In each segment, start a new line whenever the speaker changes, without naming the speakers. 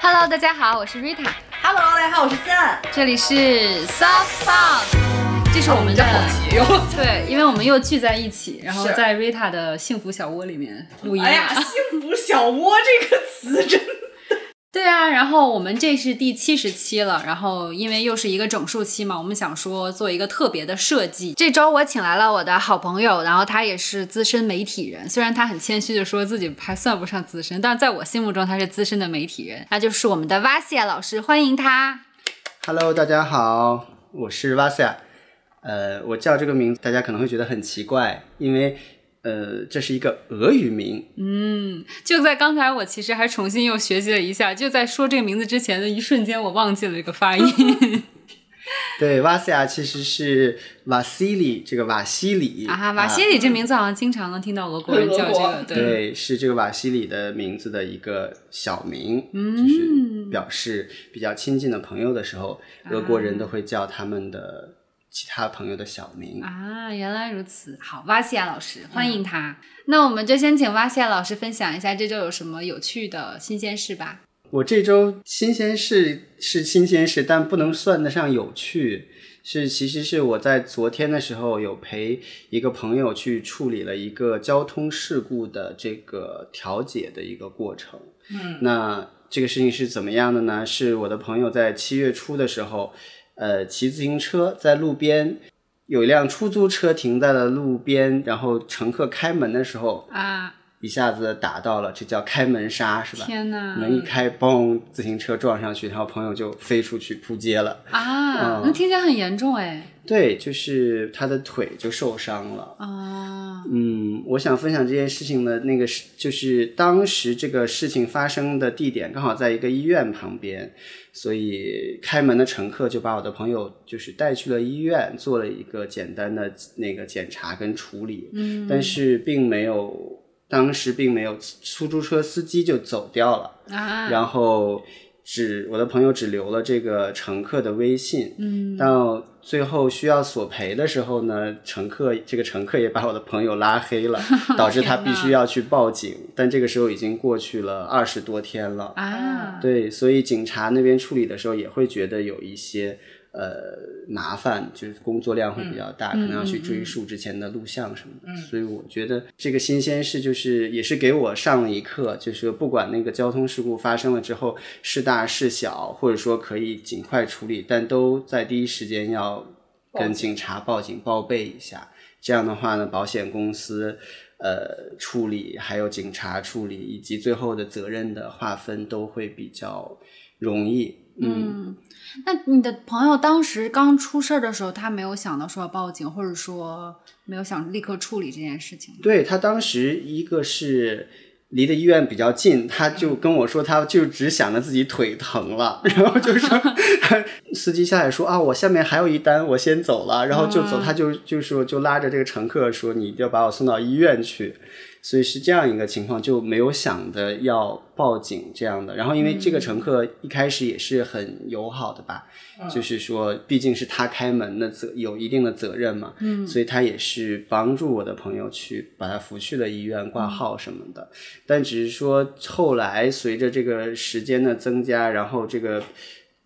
Hello，大家好，我是 Rita，
Hello，大家好，我是 Sun。
这里是 Soft Fun，这是我们的、
急哟！
对，因为我们又聚在一起，然后
是
在 Rita 的幸福小窝里面录音啊了。
哎呀，幸福小窝这个词真
对啊，然后我们这是第七十期了，然后因为又是一个整数期嘛，我们想说做一个特别的设计。这周我请来了我的好朋友，然后他也是资深媒体人，虽然他很谦虚的说自己还算不上资深，但在我心目中他是资深的媒体人，他就是我们的瓦西亚老师，欢迎他。
Hello，大家好，我是瓦萨。呃，我叫这个名字，大家可能会觉得很奇怪，因为呃，这是一个俄语名。
就在刚才，我其实还重新又学习了一下，就在说这个名字之前的一瞬间，我忘记了这个发 音。
对，瓦西亚其实是瓦西里，这个瓦西里
啊，瓦西里这名字好像经常能听到俄国人叫这
俄
个
国，
对。
对，是这个瓦西里的名字的一个小名，
嗯
就是表示比较亲近的朋友的时候，俄国人都会叫他们的其他朋友的小名。
啊，原来如此。好，瓦西亚老师，欢
嗯
迎他。那我们就先请瓦西亚老师分享一下这周有什么有趣的新鲜事吧。
我这周新鲜事是新鲜事，但不能算得上有趣。是，其实是我在昨天的时候有陪一个朋友去处理了一个交通事故的这个调解的一个过程。嗯，那这个事情是怎么样的呢？是我的朋友在七月初的时候，呃，骑自行车在路边，有一辆出租车停在了路边，然后乘客开门的时候，
啊，
一下子打到了，这叫开门杀是吧？嗯
天哪！
门一开，嘣，自行车撞上去，然后朋友就飞出去扑街了。
啊，
嗯
那听起来很严重哎。
对，就是他的腿就受伤了。
啊，
嗯，我想分享这件事情的那个是，就是当时这个事情发生的地点刚好在一个医院旁边，所以开门的乘客就把我的朋友就是带去了医院，做了一个简单的那个检查跟处理，嗯，但是并没有，当时并没有，出租车司机就走掉了。
啊，
然后只我的朋友只留了这个乘客的微信。嗯，到最后需要索赔的时候呢，乘客这个乘客也把我的朋友拉 黑了，导致他
天哪
必须要去报警。但这个时候已经过去了二十多天了。
啊，
对，所以警察那边处理的时候也会觉得有一些呃麻烦，就是工作量会比较大，可能要去追溯之前的录像什么的。所以我觉得这个新鲜事就是也是给我上了一课，就是不管那个交通事故发生了之后是大是小，或者说可以尽快处理，但都在第一时间要跟警察报警报备一下。这样的话呢，保险公司呃处理，还有警察处理，以及最后的责任的划分都会比较容易。嗯，
嗯，那你的朋友当时刚出事儿的时候，他没有想到说要报警，或者说没有想立刻处理这件事情吗。
对他当时一个是。离的医院比较近，他就跟我说，他就只想着自己腿疼了，然后就说， 司机下来说啊，我下面还有一单，我先走了，然后就走，
嗯
他就就说就拉着这个乘客说，你一定要把我送到医院去，所以是这样一个情况，就没有想的要报警这样的。然后因为这个乘客一开始也是很友好的吧，就是说毕竟是他开门的责有一定的责任嘛，嗯，所以他也是帮助我的朋友去把他扶去了医院
嗯
挂号什么的。但只是说后来随着这个时间的增加，然后这个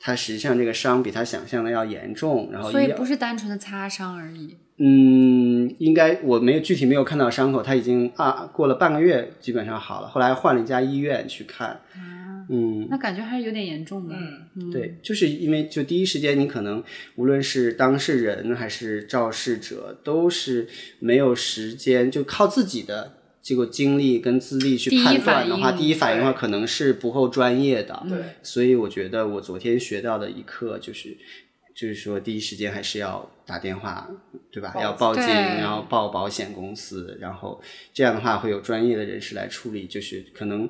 他实际上这个伤比他想象的要严重，然后
所
医
以
疗
不是单纯的擦伤而已。
嗯，应该我没有具体没有看到伤口，他已经啊过了半个月基本上好了，后来换了一家医院去看，
啊
嗯，
那感觉还是有点严重的。
嗯
嗯，
对，就是因为就第一时间，你可能无论是当事人还是肇事者，都是没有时间，就靠自己的这个经历跟资历去
第一
判断的话，
反应
第一反应的话可能是不够专业的。
对，
所以我觉得我昨天学到的一课就是，就是说第一时间还是要打电话，对吧？
报
要报警，
对
然后报保险公司，然后这样的话会有专业的人士来处理，就是可能。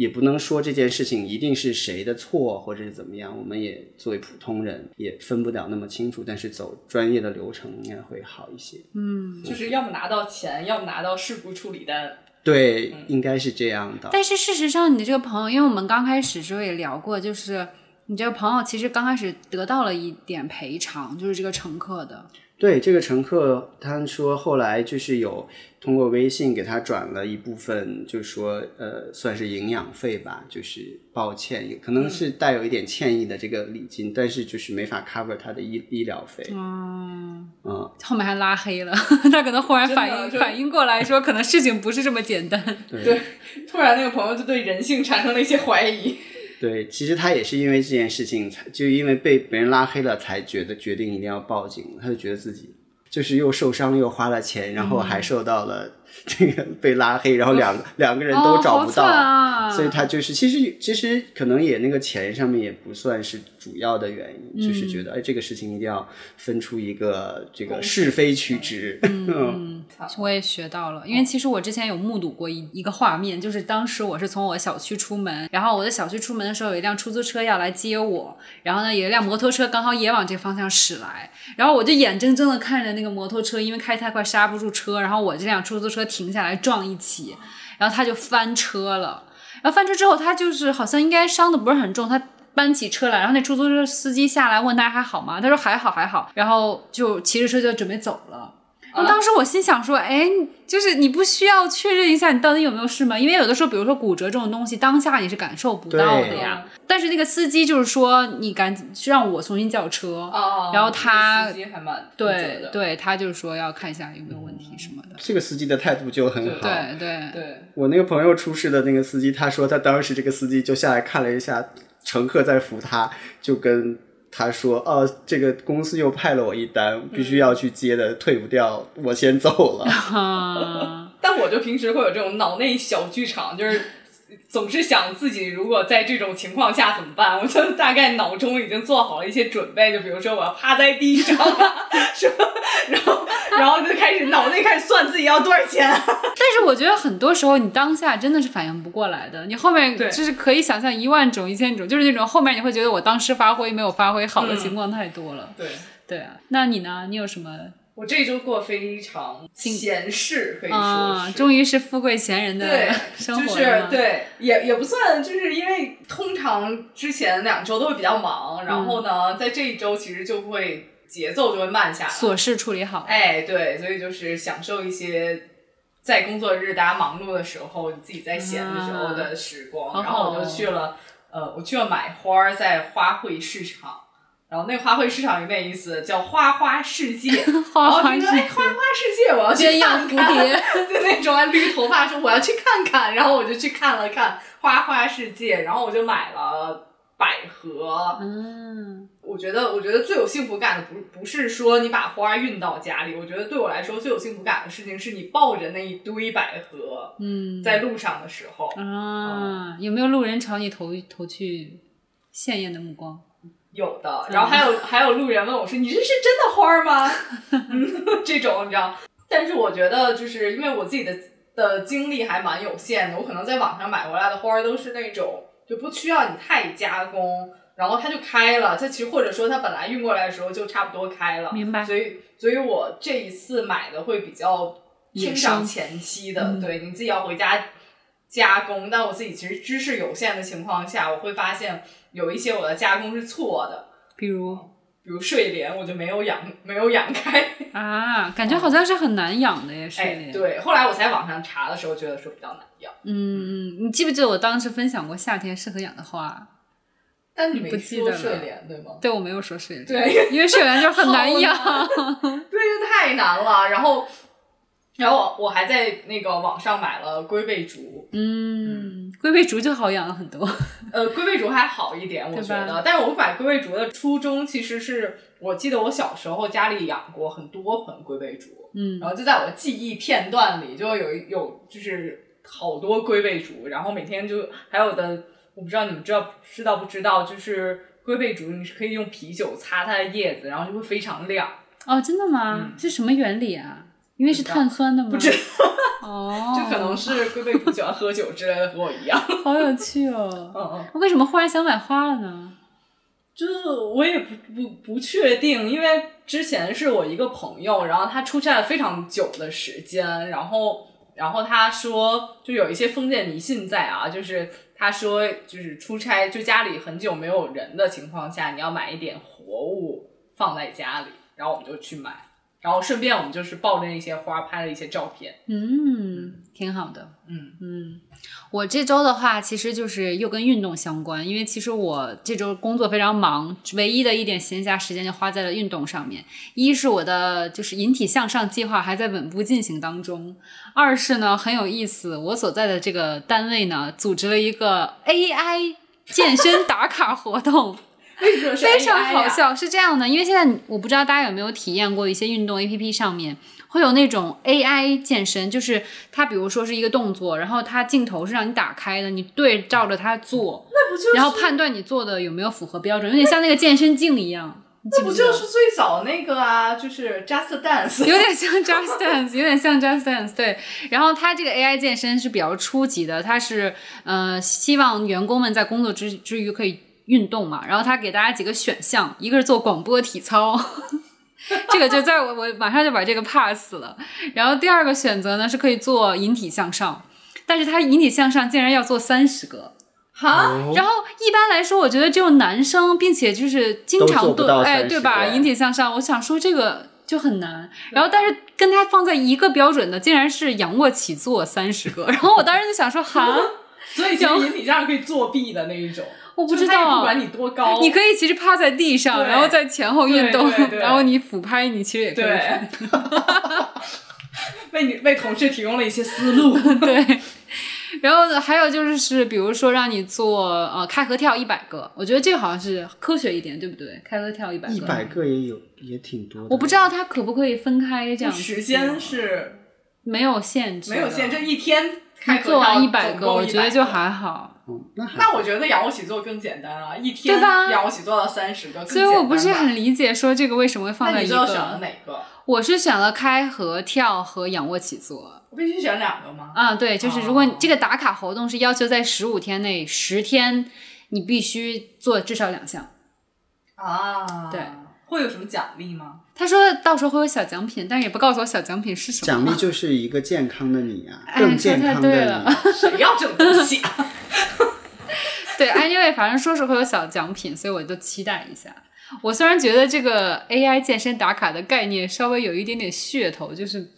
也不能说这件事情一定是谁的错或者是怎么样，我们也作为普通人也分不了那么清楚，但是走专业的流程应该会好一些。
嗯。
就是要么拿到钱，要么拿到事故处理单。
对，应该是这样的。
但是事实上，你这个朋友，因为我们刚开始时候也聊过，就是你这个朋友其实刚开始得到了一点赔偿，就是这个乘客的。
对这个乘客，他说后来就是有通过微信给他转了一部分，就说呃，算是营养费吧，就是抱歉，可能是带有一点歉意的这个礼金，但是就是没法 cover 他的医医疗费。
嗯，
嗯，
后面还拉黑了， 他可能忽然反应
真的
反应过来说，可能事情不是这么简单。
对
突然那个朋友就对人性产生了一些怀疑。
对，其实他也是因为这件事情才，就因为被别人拉黑了，才觉得决定一定要报警，他就觉得自己。就是又受伤又花了钱，然后
嗯
还受到了这个被拉黑，然后两个两个人都找不到，
哦哦好惨啊、
所以他就是，其实其实可能也那个钱上面也不算是主要的原因，就是觉
嗯
得哎，这个事情一定要分出一个这个是非曲直。 嗯，
我也学到了，因为其实我之前有目睹过一一个画面，就是当时我是从我小区出门，然后我的小区出门的时候，有一辆出租车要来接我，然后呢，有一辆摩托车刚好也往这个方向驶来，然后我就眼睁睁的看着那个摩托车，因为开太快刹不住车，然后我这辆出租车停下来撞一起，然后他就翻车了，然后翻车之后，他就是好像应该伤的不是很重，他。搬起车来，然后那出租车司机下来问他还好吗？他说还好还好，然后就骑着车就准备走了。然后当时我心想说，哎，你就是你不需要确认一下你到底有没有事吗？因为有的时候，比如说骨折这种东西，当下你是感受不
嗯
到的呀。但是那个司机就是说，你赶紧让我重新叫车。
哦，
然后他
这个司机还蛮负责
对
的
对，他就是说要看一下有没有问题什么的。
这个司机的态度就很好。
对
嗯
对
对，
我那个朋友出事的那个司机，他说他当时这个司机就下来看了一下乘客在扶他，就跟他说：“哦，这个公司又派了我一单，必须要去接的，退不掉，我先走了。”
啊，
但我就平时会有这种脑内小剧场，就是总是想自己如果在这种情况下怎么办。我就大概脑中已经做好了一些准备，就比如说我要趴在地上 啊，什么，然后然后就开始脑内开始算自己要多少钱。
但是我觉得很多时候你当下真的是反应不过来的，你后面
对
就是可以想象一万种、一千种，就是那种后面你会觉得我当时发挥没有发挥好的
嗯
情况太多了。
对。
对啊，那你呢？你有什么
我这一周过非常闲适，可以说
啊，
是。
终于是富贵闲人
对
的 生活
就是
了吗，
对，也也不算，就是因为通常之前两周都会比较忙，然后呢，在这一周其实就会节奏就会慢下来，
琐事处理好。
哎，对，所以就是享受一些在工作日大家忙碌的时候，自己在闲的时候的时光。
嗯好好哦
然后我就去了，呃，我去了买花儿，在花卉市场。然后那个花卉市场有点意思，叫花花世界。
花花
然后听说哎，
世界
花花世界，我要去
鸳鸯
看看。
蝴蝶
就那种还捋头发说我要去看看，然后我就去看了看花花世界，然后我就买了百合，
嗯，
我觉得，我觉得最有幸福感的不不是说你把花运到家里，我觉得对我来说最有幸福感的事情是你抱着那一堆百合，
嗯
在路上的时候，
啊，有没有路人朝你投投去艳艳的目光？
有的，然后还有、还有路人问我说：“你这是真的花儿吗？” 嗯这种你知道，但是我觉得就是因为我自己的的精力还蛮有限的，我可能在网上买回来的花儿都是那种就不需要你太加工，然后它就开了，它其实或者说它本来运过来的时候就差不多开了，
明白
所以所以我这一次买的会比较
野
生
生
长前期的，
嗯
对你自己要回家加工，但我自己其实知识有限的情况下，我会发现有一些我的加工是错的，
比如
比如睡莲，我就没有养，没有养开。
啊，感觉好像是很难养的耶，睡
哎，
莲。
对，后来我才网上查的时候，觉得说比较难养，
嗯嗯，你记不记得我当时分享过夏天适合养的花？
但你
不
没
记
说
得了
睡莲对吗？
对我没有说睡莲，
对，
因为睡莲就是很难
好
养。
对，这太难了。然后，然后我我还在那个网上买了龟背竹，
嗯，龟背竹就好养了很多。
呃，龟背竹还好一点，我
对
觉
吧
得。但是我买龟背竹的初衷其实是我记得我小时候家里养过很多盆龟背竹，
嗯
然后就在我记忆片段里，就有一有就是好多龟背竹，然后每天就还有的，我不知道你们知道知道不知道，就是龟背竹你是可以用啤酒擦它的叶子，然后就会非常亮。
哦，真的吗？
嗯
这什么原理啊？因为是碳酸的吗？
不知
哦，
就可能是龟背竹喜欢喝酒之类的，和我一样。
好有趣哦。
嗯嗯，
为什么忽然想买花了呢？
就是我也不不不确定，因为之前是我一个朋友，然后他出差了非常久的时间，然后然后他说就有一些封建迷信在啊，就是他说就是出差就家里很久没有人的情况下，你要买一点活物放在家里，然后我们就去买，然后顺便我们就是抱着那些花拍了一些照片。
嗯，挺好的。
嗯
嗯，我这周的话，其实就是又跟运动相关，因为其实我这周工作非常忙，唯一的一点闲暇时间就花在了运动上面。一是我的就是引体向上计划还在稳步进行当中，二是呢很有意思，我所在的这个单位呢组织了一个 AI 健身打卡活动。
为什么是啊
非常
AI 呀
好？笑。是这样的，因为现在我不知道大家有没有体验过一些运动 APP 上面会有那种 AI 健身，就是它比如说是一个动作，然后它镜头是让你打开的，你对照着它做，
那不就是
然后判断你做的有没有符合标准，有点像那个健身镜一样。你记
那不
记得
就是最早那个啊？就是 Just Dance。
有点像 Just Dance，有点像 Just Dance，对。然后它这个 AI 健身是比较初级的，它是呃希望员工们在工作之之余可以运动嘛。然后它给大家几个选项，一个是做广播体操， 这个就在我我马上就把这个 pass 了。然后第二个选择呢是可以做引体向上，但是它引体向上竟然要做三十个。
哈，
然后一般来说，我觉得只有男生，并且就是经
都做
常
不
对
到
哎，
30
对吧？
个
引体向上，我想说这个就很难。然后，但是跟他放在一个标准的，竟然是仰卧起坐三十个。然后我当时就想说，哈，
所以其实引体向上可以作弊的那一种，
我不
就是
知
他也不
道。
管你多高，
你可以其实趴在地上，
对
然后在前后运动
对对，对
然后你俯拍，你其实也可以。
对，为你为同事提供了一些思路。
对，然后还有就是是，比如说让你做呃开合跳一百个，我觉得这个好像是科学一点，对不对？开合跳一百个，
一百个也有，也挺多的。
我不知道它可不可以分开这样子
时间是
没有限制，
没有限，制，一天开
你
合
做
跳
完一
总
百个，
共
我觉得就
100个。
还好。
嗯，那还
那我觉得仰卧起坐更简单啊，一天
对吧
仰卧起坐到三十个，更
所以我不是
简单吧
很理解，说这个为什么会放
那
在
你
一
最后选
个？
了哪个？
我是选了开合跳和仰卧起坐。
我必须选两个吗？
啊，对，就是如果你
哦
这个打卡活动是要求在十五天内，十天你必须做至少两项。
啊，
对，
会有什么奖励吗？
他说到时候会有小奖品，但是也不告诉我小奖品是什么。
奖励就是一个健康的你啊，
哎
更健
说
康的
太对
你。
了
谁要这种东西啊？
对，anyway，反正说是会有小奖品，所以我就期待一下。我虽然觉得这个 AI 健身打卡的概念稍微有一点点噱头，就是，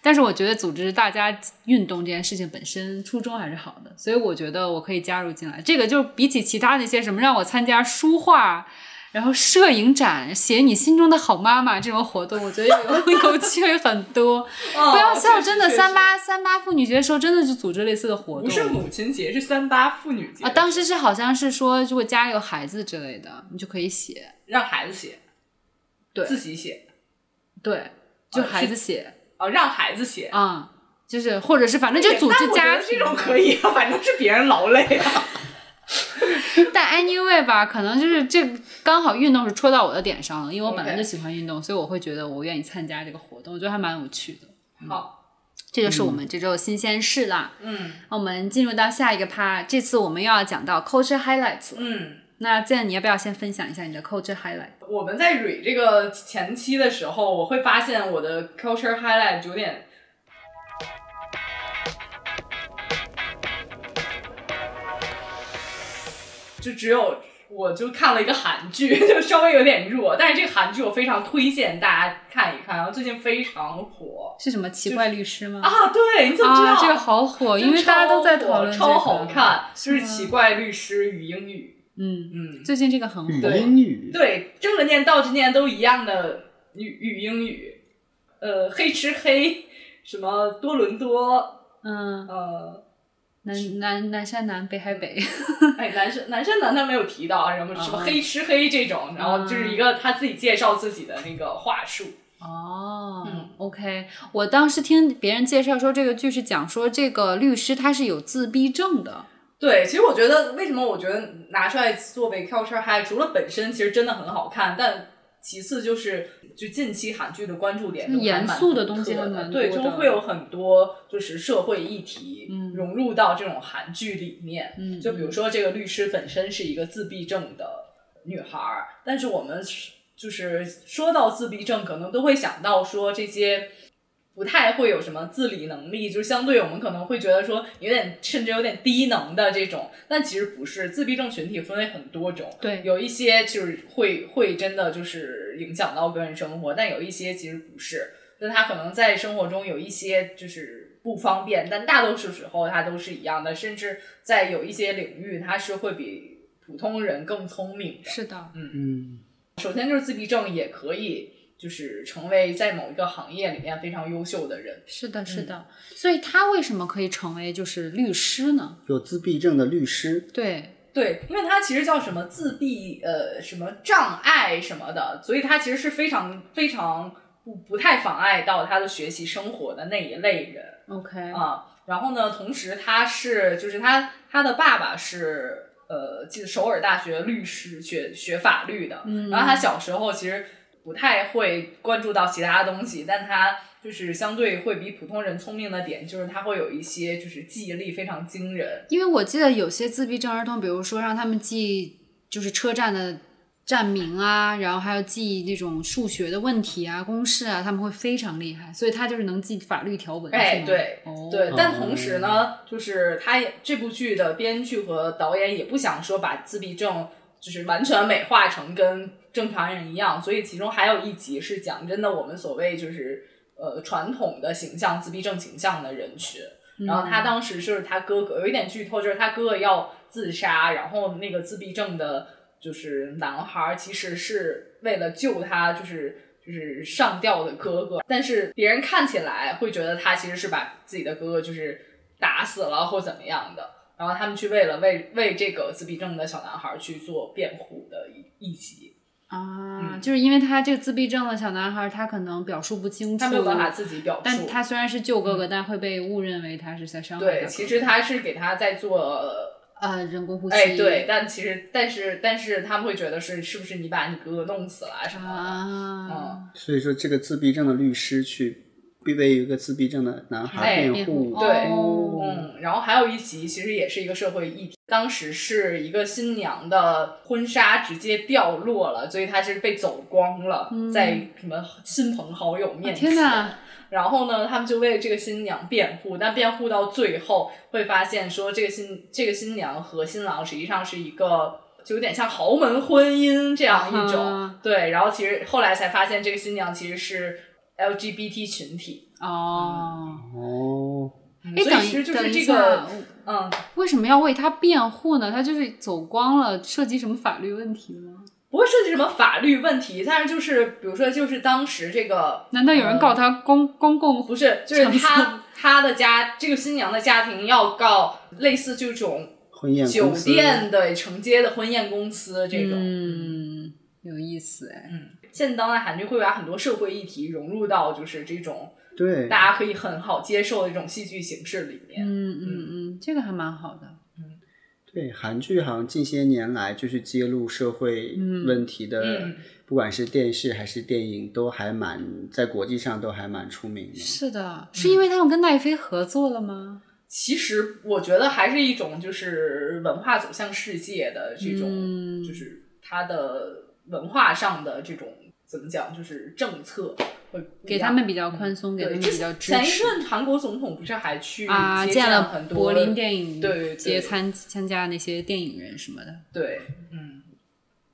但是我觉得组织大家运动这件事情本身初衷还是好的，所以我觉得我可以加入进来。这个就比起其他那些什么让我参加书画。然后摄影展，写你心中的好妈妈这种活动，我觉得有 有趣很多。
不
不要
哦
笑，真的三八三八妇女节的时候，真的就组织类似的活动。
不是母亲节，是三八妇女节
啊，当时是好像是说，如果家里有孩子之类的，你就可以写，
让孩子写，
对
自己写，
对，就
哦
孩
是
子写
哦，让孩子写，
啊、就是或者是反正就组织家
哎但我觉得这
庭
种可以啊，反正是别人劳累啊。
但 anyway 吧，可能就是这个刚好运动是戳到我的点上了，因为我本来就
OK
喜欢运动所以我会觉得我愿意参加这个活动，我觉得还蛮有趣的。
好，
这就是我们这周的新鲜事啦。
嗯
那我们进入到下一个趴，这次我们又要讲到 culture highlights 了。
嗯，
那建，你要不要先分享一下你的 culture highlight？
我们在蕊这个前期的时候，我会发现我的 culture highlight 有点。就只有我就看了一个韩剧， 就稍微有点弱，但是这个韩剧我非常推荐大家看一看，然后最近非常火
是什么奇怪律师吗？
啊！对，你怎么知道？
啊，这个好火，
真
因为大家都在讨论、这个，
超火超好看，就是是《
吗
奇怪律师与英语》。
嗯，
嗯，
最近这个很 火，
语
对
音语，
对，正着念、倒着念都一样的语语英语。呃，黑吃黑，什么多伦多，
嗯，
呃，
南南南山南北海北，
哎，南山南山南他没有提到啊，什么什么
啊
黑吃黑这种，然后就是一个他自己介绍自己的那个话术。
哦
嗯
o k 我当时听别人介绍说这个剧是讲说这个律师他是有自闭症的，
对，其实我觉得为什么我觉得拿出来作为 culture high，除了本身其实真的很好看，但其次就是就近期韩剧的关注点都还蛮
严肃的东西
独特
还
的
蛮
对，
多
就
的
会有很多就是社会议题
嗯
融入到这种韩剧里面。
嗯，
就比如说这个律师本身是一个自闭症的女孩儿，但是我们是就是说到自闭症，可能都会想到说这些。不太会有什么自理能力，就是相对我们可能会觉得说有点甚至有点低能的这种，但其实不是。自闭症群体分为很多种，
对
有一些就是会会真的就是影响到个人生活，但有一些其实不是。那他可能在生活中有一些就是不方便，但大多数时候他都是一样的，甚至在有一些领域他是会比普通人更聪明的。
是的，
嗯，
首先就是自闭症也可以就是成为在某一个行业里面非常优秀的人。
是的，是的。嗯所以他为什么可以成为就是律师呢？
有自闭症的律师，
对，
对，因为他其实叫什么自闭呃什么障碍什么的，所以他其实是非常非常不不太妨碍到他的学习生活的那一类人。
OK，、
啊。然后呢，同时他是就是他他的爸爸是呃，记得首尔大学律师学学法律的，
嗯
然后他小时候其实不太会关注到其他东西，但他就是相对会比普通人聪明的点，就是他会有一些就是记忆力非常惊人。
因为我记得有些自闭症儿童，比如说让他们记就是车站的站名啊，然后还有记那种数学的问题啊、公式啊，他们会非常厉害，所以他就是能记法律条文。
哎
是吗
对，
哦，
对，但同时呢，就是他也这部剧的编剧和导演也不想说把自闭症就是完全美化成跟正常人一样，所以其中还有一集是讲真的我们所谓就是呃传统的形象自闭症倾向的人群。然后
嗯
他当时就是他哥哥，有一点剧透，就是他哥哥要自杀，然后那个自闭症的，就是男孩儿其实是为了救他，就是就是上吊的哥哥，但是别人看起来会觉得他其实是把自己的哥哥就是打死了或怎么样的，然后他们去为了为为这个自闭症的小男孩儿去做辩护的一一集，
啊，
嗯
就是因为他这个自闭症的小男孩儿，他可能表述不清楚，
他没有办法自己表述，嗯
但他虽然是救哥哥，但会被误认为他是在伤害他哥
对，
哥
其实他是给他在做
呃人工呼吸，
哎，对，但其实，但是，但是他们会觉得是是不是你把你哥哥弄死了啊什么的，嗯
啊，
所以说这个自闭症的律师去必为一个自闭症的男孩
哎
辩
护，
护
对
哦
嗯，然后还有一集其实也是一个社会议题，当时是一个新娘的婚纱直接掉落了，所以她是被走光了，
嗯啊
在什么亲朋好友面前，
天哪，
然后呢，他们就为这个新娘辩护，但辩护到最后会发现说，这个新这个新娘和新郎实际上是一个就有点像豪门婚姻这样一种，
啊
对。然后其实后来才发现，这个新娘其实是 LGBT 群体，
哦，
哦，
嗯
哎，
所以
等
其实
一
就是
等
这
一
个
下，，
嗯，
为什么要为他辩护呢？他就是走光了，涉及什么法律问题吗？
不会涉及什么法律问题，但是就是比如说就是当时这个
难道有人告
嗯
他公、公共
不是，就是
场所
他他的家这个新娘的家庭要告类似这种
婚宴
酒
公司
店的承接的婚宴公司这种。嗯
嗯，有意思哎，
现当代韩剧会把很多社会议题融入到就是这种
对，
大家可以很好接受的这种戏剧形式里面。
嗯嗯嗯，这个还蛮好的，
对，韩剧好像近些年来就是揭露社会
嗯
问题的，
嗯
不管是电视还是电影，都还蛮在国际上都还蛮出名的。
是的，是因为他们跟奈飞合作了吗？
其实我觉得还是一种就是文化走向世界的这种，
嗯，
就是它的文化上的这种怎么讲，就是政策会不一样
给他们比较宽松，给他
对
们
之
比较支
前一
持
阵韩国总统不是还去
啊，
接
见
见
了
很多
柏林电影
对对
节参参加那些电影人什么的。
对，嗯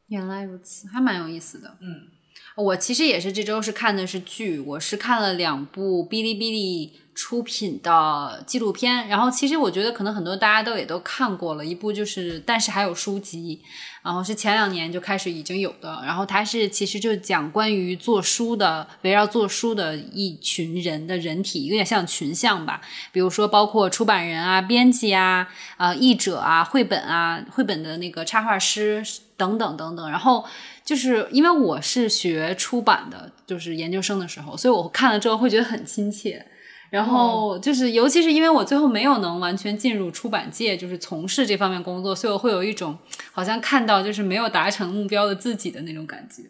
原来如此，还蛮有意思的。
嗯
我其实也是这周是看的是剧，我是看了两部哔哩哔哩出品的纪录片，然后其实我觉得可能很多大家都也都看过了，一部就是但是还有书籍，然后是前两年就开始已经有的，然后它是其实就讲关于做书的，围绕做书的一群人的人体，有点像群像吧，比如说包括出版人啊、编辑啊、呃译者啊、绘本啊、绘本的那个插画师等等等等。然后就是因为我是学出版的，就是研究生的时候，所以我看了之后会觉得很亲切。然后就是，尤其是因为我最后没有能完全进入出版界，就是从事这方面工作，所以我会有一种好像看到就是没有达成目标的自己的那种感觉。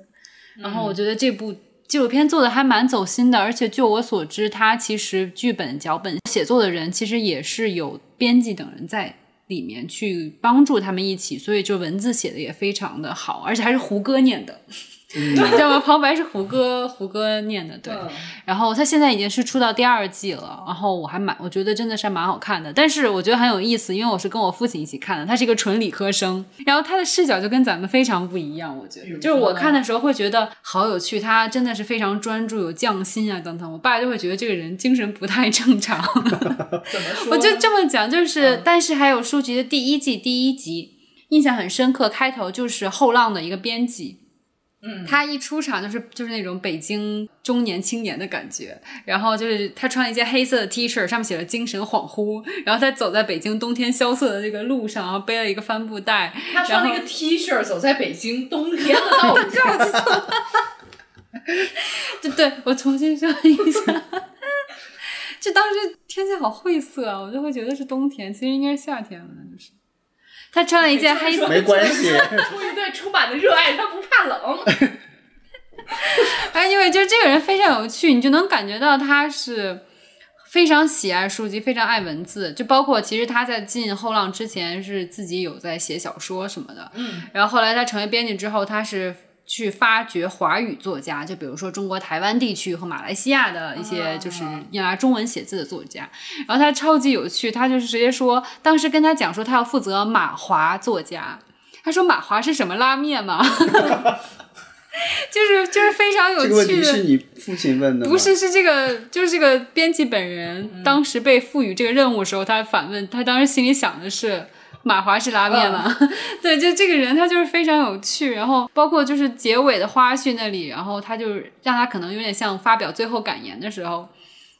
然后我觉得这部纪录片做的还蛮走心的，而且据我所知，它其实剧本、脚本写作的人其实也是有编辑等人在里面去帮助他们一起，所以就文字写的也非常的好，而且还是胡歌念的。 对吧？旁白是胡歌，胡歌念的，对。
嗯
然后他现在已经是出到第二季了，然后我还蛮，我觉得真的是还蛮好看的，但是我觉得很有意思，因为我是跟我父亲一起看的，他是一个纯理科生，然后他的视角就跟咱们非常不一样，我觉
比
得，
如
就是
说
我
呢
看的时候会觉得好有趣，他真的是非常专注，有匠心啊等等，我爸就会觉得这个人精神不太正常，
怎 么说呢？
我就这么讲，就是、但是还有书籍的第一季第一集。印象很深刻，开头就是后浪的一个编辑，
嗯，
他一出场就是就是那种北京中年青年的感觉，然后就是他穿了一件黑色的 T 恤，上面写着“精神恍惚”，然后他走在北京冬天萧瑟的这个路上，然后背了一个帆布袋，
他穿了一个 T 恤走在北京冬天的道路上，
对对，我重新说一下。 就当时天气好晦涩啊，我就会觉得是冬天，其实应该是夏天了，就是。他穿了一件黑色，
没关系，
出于对出版的热爱，他不怕冷。
哎，因为就是这个人非常有趣，你就能感觉到他是非常喜爱书籍，非常爱文字。就包括其实他在进后浪之前是自己有在写小说什么的，
嗯，
然后后来他成为编辑之后，他是。去发掘华语作家，就比如说中国台湾地区和马来西亚的一
哦
些，就是用来中文写字的作家。然后他超级有趣，他就是直接说，当时跟他讲说他要负责马华作家，他说马华是什么拉面吗？ 就是就是非常有
这
趣
个
的。
问题是你父亲问的吗？嗯
不是，是这个，就是这个编辑本人当时被赋予这个任务的时候，他反问，他当时心里想的是。马华是拉面吗？
嗯
对，就这个人他就是非常有趣，然后包括就是结尾的花絮那里，然后他就是让他可能有点像发表最后感言的时候，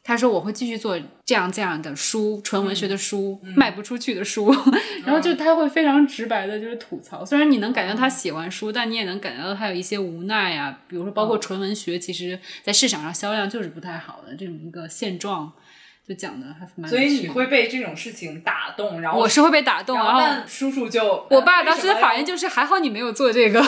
他说我会继续做这样这样的书，纯文
嗯
学的书，卖不出去的书， 然后就他会非常直白的就是吐槽，虽然你能感觉
嗯
到他喜欢书，但你也能感觉到他有一些无奈啊，比如说
嗯
包括纯文学，其实在市场上销量就是不太好的这种一个现状，就讲的还蛮有趣的。
所以你会被这种事情打动，然后
我是会被打动，
然
然
后
后
但叔叔就
我爸当时的反应
就
就是还好你没有做这 个，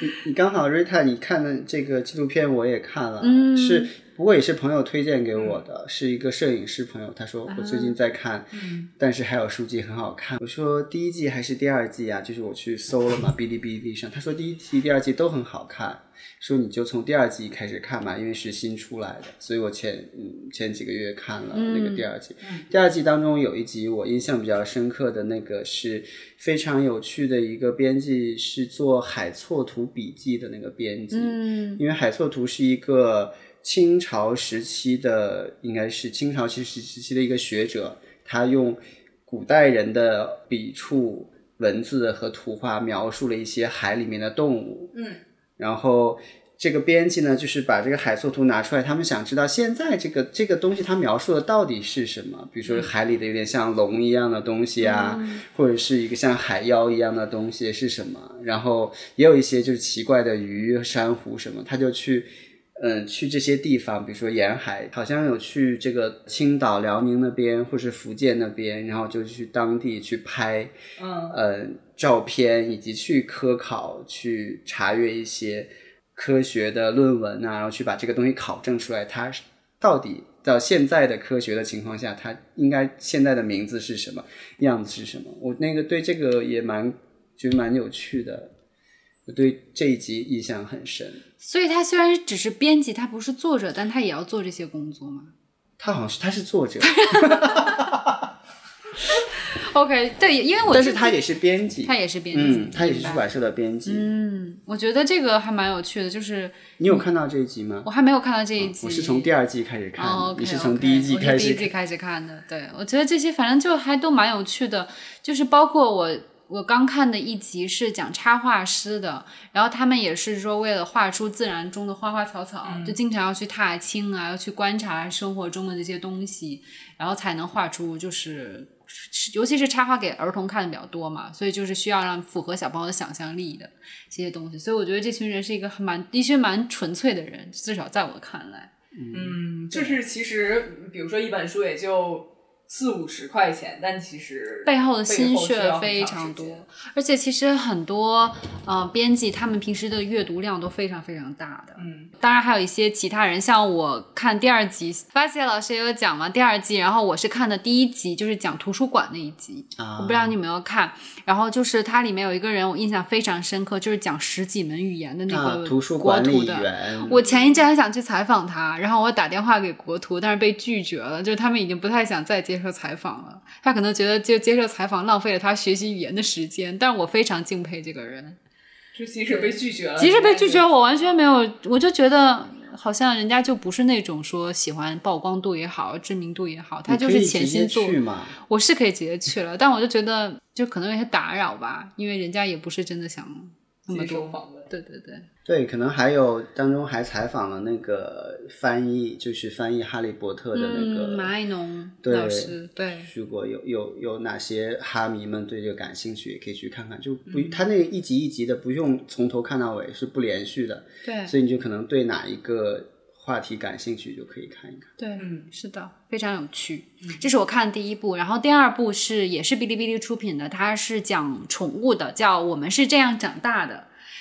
你你刚好瑞塔，你看的这个纪录片我也看了，
嗯
是不过也是朋友推荐给我的，是一个摄影师朋友，他
啊
说我最近在看，
嗯
但是还有书籍很好看。我说第一季还是第二季啊？就是我去搜了嘛，哔哩哔哩上，他说第一季、第二季都很好看，说你就从第二季开始看嘛，因为是新出来的，所以我前嗯前几个月看了那个第二季，第二季当中有一集我印象比较深刻的那个是非常有趣的一个编辑，是做海错图笔记的那个编辑，
嗯
因为海错图是一个清朝时期的，应该是清朝时期时期的一个学者，他用古代人的笔触、文字和图画描述了一些海里面的动物。
嗯，
然后这个编辑呢，就是把这个海错图拿出来，他们想知道现在这个这个东西它描述的到底是什么？比如说海里的有点像龙一样的东西啊，
嗯
嗯
或者是一个像海妖一样的东西是什么？然后也有一些就是奇怪的鱼、珊瑚什么，他就去。嗯，去这些地方，比如说沿海，好像有去这个青岛、辽宁那边，或是福建那边，然后就去当地去拍，
嗯
呃照片，以及去科考、去查阅一些科学的论文啊，然后去把这个东西考证出来，它是到底到现在的科学的情况下，它应该现在的名字是什么，样子是什么？我那个对这个也蛮觉得蛮有趣的，我对这一集印象很深。
所以他虽然只是编辑，他不是作者，但他也要做这些工作嘛。
他好像是他是作者，
嗯
OK，对，因 为我
但是
自己
他也是编辑，
他也是编辑，
嗯，他也是
明
出
白
版社的编辑。
嗯，我觉得这个还蛮有趣的，就是
你有看到这一集吗？
我还没有看到这一集，
嗯我是从第二季开始看的，
哦，OK，
你是从第一季
OK，
开
我是第
始
一季开始看的。对，我觉得这些反正就还都蛮有趣的，就是包括我我刚看的一集是讲插画师的，然后他们也是说为了画出自然中的花花草草，
嗯
就经常要去踏青啊，要去观察生活中的这些东西，然后才能画出就是。是尤其是插画给儿童看的比较多嘛，所以就是需要让符合小朋友的想象力的这些东西，所以我觉得这群人是一个还蛮的确蛮纯粹的人，至少在我看来，
嗯，就是其实比如说一本书也就四五十块钱，但其实
背
后
后的
需
心
要
血
很
非
长时
常多
间，
而且其实很多呃编辑他们平时的阅读量都非常非常大的。
嗯，
当然还有一些其他人，像我看第二集，发现老师也有讲嘛，第二季，然后我是看的第一集，就是讲图书馆那一集，
啊
我不知道你有没有看。然后就是它里面有一个人，我印象非常深刻，就是讲十几门语言的那
啊
个，
图书
国
管
图
理
的。
员，
我前一阵还想去采访他，然后我打电话给国图，但是被拒绝了，就是他们已经不太想再接受采访了。他可能觉得就接受采访浪费了他学习语言的时间，但我非常敬佩这个人。
就即使被拒
呃
绝了，
即使被拒绝，
了，
我完全没有，我就觉得好像人家就不是那种说喜欢曝光度也好、知名度也好，他
你
就
可
是
以
潜
直接
心做。
去嘛，
我是可以直接去了，但我就觉得就可能有些打扰吧，因为人家也不是真的想那么
接受
多。
访问，
对对对，
对，可能还有当中还采访了那个翻译，就是翻译《哈利波特》的那
嗯，马
个
爱农
对
老师，对，
如果有有有哪些哈迷们对这个感兴趣，也可以去看看。就不，
嗯
他那个一集一集的，不用从头看到尾，是不连续的，
对
所以你就可能对哪一个话题感兴趣，就可以看一看。
对，
嗯
是的，非常有趣。这是我看的第一部，然后第二部是也是哔哩哔哩出品的，它是讲宠物的，叫《我们是这样长大的》。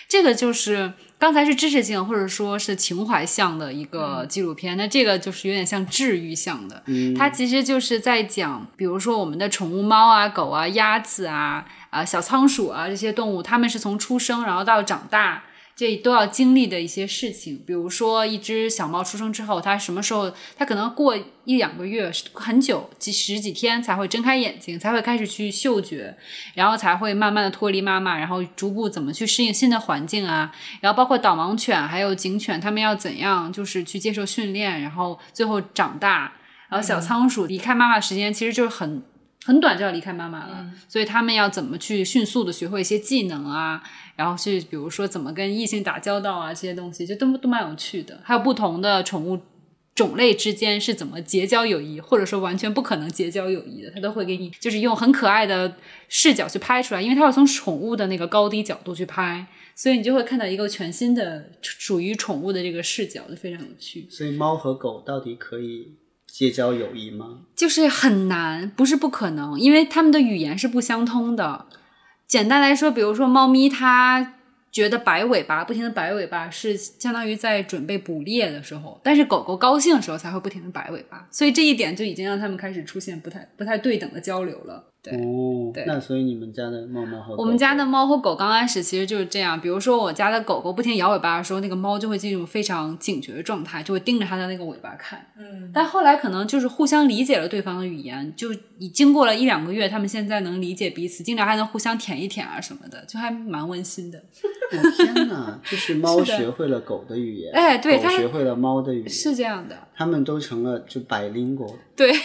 这个就是刚才是知识性或者说是情怀向的一个纪录片，那这个就是有点像治愈向的。
嗯，
它其实就是在讲，比如说我们的宠物猫啊、狗啊、鸭子啊、啊小仓鼠啊这些动物，它们是从出生然后到长大。这都要经历的一些事情，比如说一只小猫出生之后，它什么时候，它可能过一两个月，很久几十几天才会睁开眼睛，才会开始去嗅觉，然后才会慢慢的脱离妈妈，然后逐步怎么去适应新的环境啊，然后包括导盲犬还有警犬，它们要怎样就是去接受训练，然后最后长大，然后小仓鼠离开妈妈的时间其实就是很很短就要离开妈妈了，所以他们要怎么去迅速的学会一些技能啊，然后去比如说怎么跟异性打交道啊这些东西，就都都蛮有趣的。还有不同的宠物种类之间是怎么结交友谊，或者说完全不可能结交友谊的，它都会给你就是用很可爱的视角去拍出来，因为它要从宠物的那个高低角度去拍。所以你就会看到一个全新的属于宠物的这个视角，就非常有趣。
所以猫和狗到底可以结交友谊吗？
就是很难，不是不可能，因为它们的语言是不相通的。简单来说，比如说猫咪，它觉得摆尾巴，不停的摆尾巴是相当于在准备捕猎的时候，但是狗狗高兴的时候才会不停的摆尾巴，所以这一点就已经让它们开始出现不太不太对等的交流了。对，
哦
对，
那所以你们家的猫猫和
我们家
狗哦
的
狗
猫和狗刚开始其实就是这样，比如说我家的狗狗不停摇尾巴的时候，那个猫就会进入非常警觉的状态，就会盯着它的那个尾巴看。
嗯，
但后来可能就是互相理解了对方的语言，就已经过了一两个月，他们现在能理解彼此，经常还能互相舔一舔啊什么的，就还蛮温馨的。
我天 哪，就是猫
是的
学会了狗的语言，
哎对
狗
它
学会了猫的语言，
是这样的，
他们都成了就 bilingual。
对，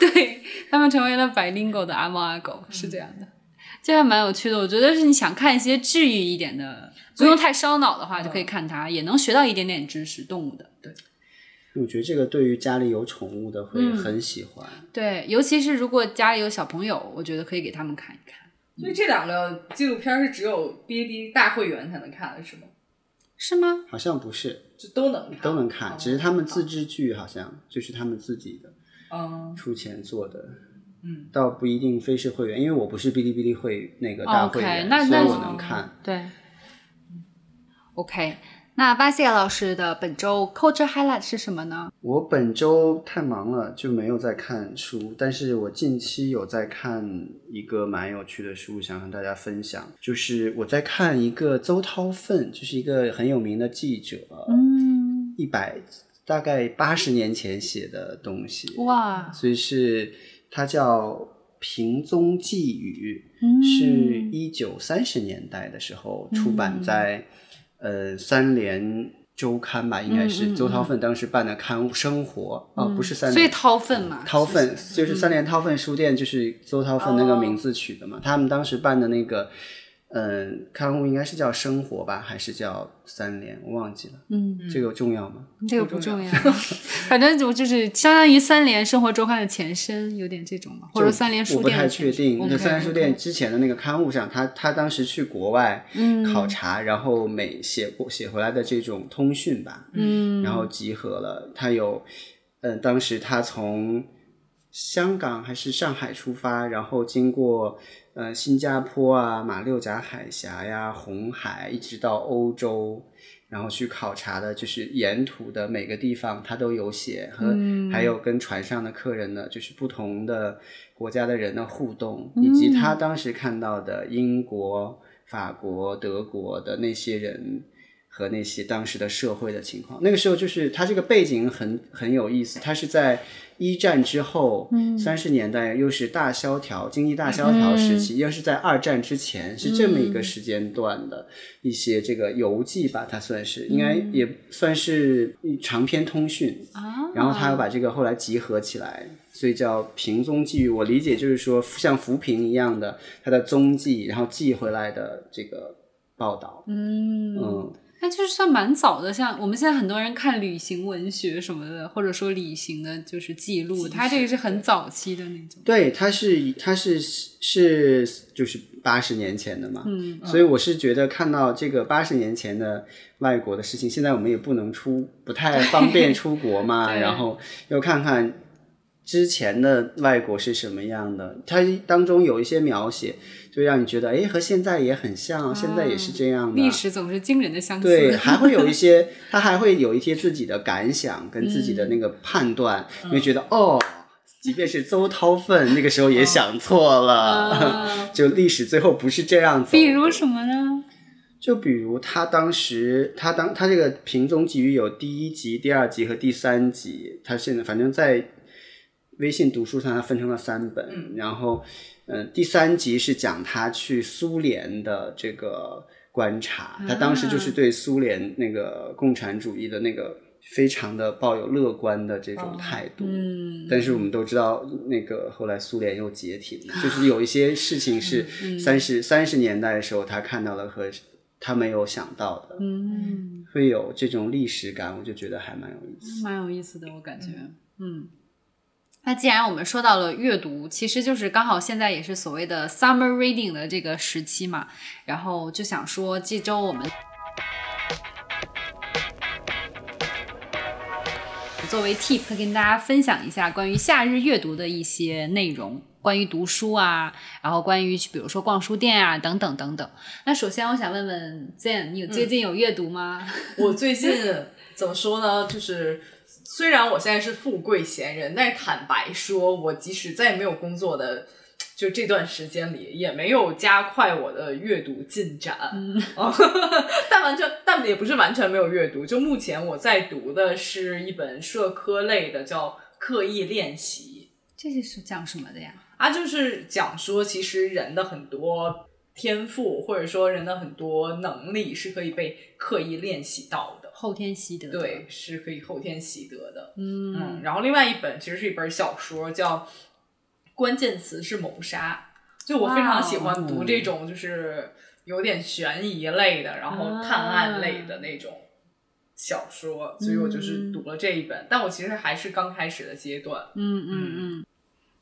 对他们成为了百灵狗的阿猫阿狗，是这样的。这还蛮有趣的，我觉得是你想看一些治愈一点的，不用太烧脑的话，就可以看它，也能学到一点点知识，动物的。对
我觉得这个对于家里有宠物的会
嗯
很喜欢。
对，尤其是如果家里有小朋友，我觉得可以给他们看一看，
所以这两个纪录片是只有哔哩哔哩大会员才能看的是吗？
是吗？
好像不是
就都能看，
都能看，
哦
只是他们自制剧好像就是他们自己的
嗯
出钱做的，
嗯，
倒不一定非是会员，因为我不是哔哩哔哩会那个大
哦
会
OK，
员
那
所
那
以我能看。
对，OK。那巴谢老师的本周 culture highlight 是什么呢？
我本周太忙了，就没有在看书，但是我近期有在看一个蛮有趣的书，想和大家分享。就是我在看一个邹韬奋，就是一个很有名的记者，
嗯，
一百大概八十年前写的东西，
哇，
所以是它叫《平宗寄语》，
嗯嗯
是一九三十年代的时候出版在、呃三联周刊吧，应该
嗯嗯
是
嗯
邹韬奋当时办的刊物《生活》啊，不是三
所以
联。
掏粪嘛，
韬
是
奋就是三联韬奋书店，就是邹韬奋那个名字取的嘛。他们当时办的那个，嗯、刊物应该是叫《生活》吧，还是叫三联？我忘记了。
嗯，
这个重要吗？
这个
不
不
重
重
要
要， 反正我就是相当于三联生活周刊的前身，有点这种嘛，或者
就
三联书
我不
店
太
的
确
前身。
定。
OK，
那三联书
OK
店之前的那个刊物上，他他当时去国外
嗯
考察，然后每写过写回来的这种通讯吧，
嗯，
呃然后集合了。他有，嗯、当时他从香港还是上海出发，然后经过呃新加坡啊、马六甲海峡呀、红海，一直到欧洲，然后去考察的，就是沿途的每个地方，它都有写和、
嗯
还有跟船上的客人呢，就是不同的国家的人的互动，以及他当时看到的英国、法国、德国的那些人。和那些当时的社会的情况。那个时候就是它这个背景很很有意思，它是在一战之后，三十、年代又是大萧条经济大萧条时期，又是在二战之前，是这么一个时间段的一些这个游记吧，它算是应该也算是一长篇通讯。
啊
然后他又把这个后来集合起来，所以叫平宗寄语。我理解就是说，像浮萍一样的它的踪迹，然后寄回来的这个报道。
嗯，
嗯，
那就是算蛮早的。像我们现在很多人看旅行文学什么的，或者说旅行的就是记录，它这个是很早期的那种。
对，它是它是是就是八十年前的嘛，
嗯，
所以我是觉得看到这个八十年前的外国的事情，现在我们也不能出，不太方便出国嘛，
对
然后又看看之前的外国是什么样的，它当中有一些描写，就让你觉得哎，诶和现在也很像，现在也是这样的，
啊历史总是惊人的相似。
对， 还会有一些，他还会有一些自己的感想跟自己
嗯
的那个判断，你会觉得哦，即便是邹韬奋那个时候
嗯
也想错了，
啊
就历史最后不是这样走的。
比如什么呢？
就比如他当时，他当他这个《平宗集语》有第一集、第二集和第三集，他现在反正在微信读书上，它分成了三本。
嗯
然后，嗯、第三集是讲他去苏联的这个观察，他当时
啊
就是对苏联那个共产主义的那个非常的抱有乐观的这种
哦
态度。
嗯，
但是我们都知道，那个后来苏联又解体了，就是有一些事情是
啊嗯
三十三十年代的时候他看到了和他没有想到的，
嗯，
会有这种历史感，我就觉得还蛮有意思。
蛮有意思的，我感觉，嗯。那既然我们说到了阅读，其实就是刚好现在也是所谓的 summer reading 的这个时期嘛，然后就想说这周我们作为 tip 跟大家分享一下关于夏日阅读的一些内容，关于读书啊，然后关于去比如说逛书店啊等等等等。那首先我想问问 Zen，你有最近有阅读吗？
我最近怎么说呢？就是虽然我现在是富贵闲人，但是坦白说，我即使在没有工作的就这段时间里，也没有加快我的阅读进展。嗯， 但完全，但也不是完全没有阅读。就目前我在读的是一本社科类的，叫《刻意练习》。
这些是讲什么的呀？
啊，就是讲说，其实人的很多天赋，或者说人的很多能力是可以被刻意练习到的，
后天习得的
对，，是可以后天习得的。嗯，
嗯，
然后另外一本其实是一本小说，叫《关键词是谋杀》，就我非
哇哦
常喜欢读这种就是有点悬疑类的，然
啊
后探案类的那种小说，所以我就是读了这一本，但我其实还是刚开始的阶段。
嗯嗯嗯。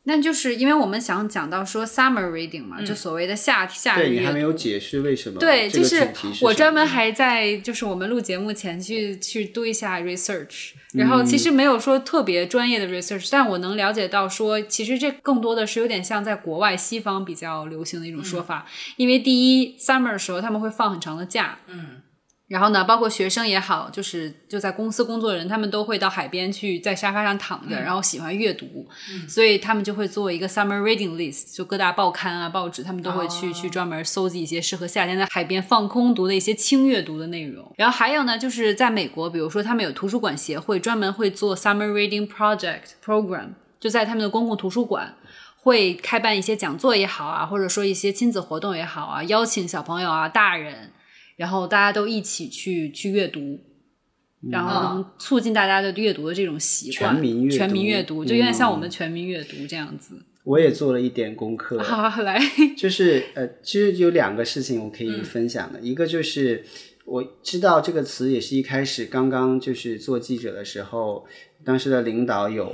那就是因为我们想讲到说 summer reading 嘛，就所谓的夏夏
嗯对
日
你
阅
还
读
没。有解释为什么
对，
这个
就
主
是
题是
我
什
专门
么嗯
还在就是我们录节目前去去做一下 research，然后其实没有说特别专业的 research，但我能了解到说，其实这更多的是有点像在国外西方比较流行的一种说法，
嗯
因为第一 summer 的时候他们会放很长的假，
嗯，
然后呢，包括学生也好，就是就在公司工作的人，他们都会到海边去，在沙发上躺着，然后喜欢阅读，所以他们就会做一个 summer reading list，就各大报刊啊、报纸，他们都会去、
哦
去专门搜集一些适合夏天在海边放空读的一些轻阅读的内容。然后还有呢，就是在美国，比如说他们有图书馆协会，专门会做 summer reading project program，就在他们的公共图书馆，会开办一些讲座也好啊，或者说一些亲子活动也好啊，邀请小朋友啊、大人，然后大家都一起去去阅读，然后能促进大家的阅读的这种习惯。
嗯全民阅读
全民阅读就有点像我们
嗯
全民阅读这样子。
我也做了一点功课，
好、 来，
就是呃，其实有两个事情我可以
嗯
分享的，一个就是我知道这个词也是一开始刚刚就是做记者的时候，当时的领导有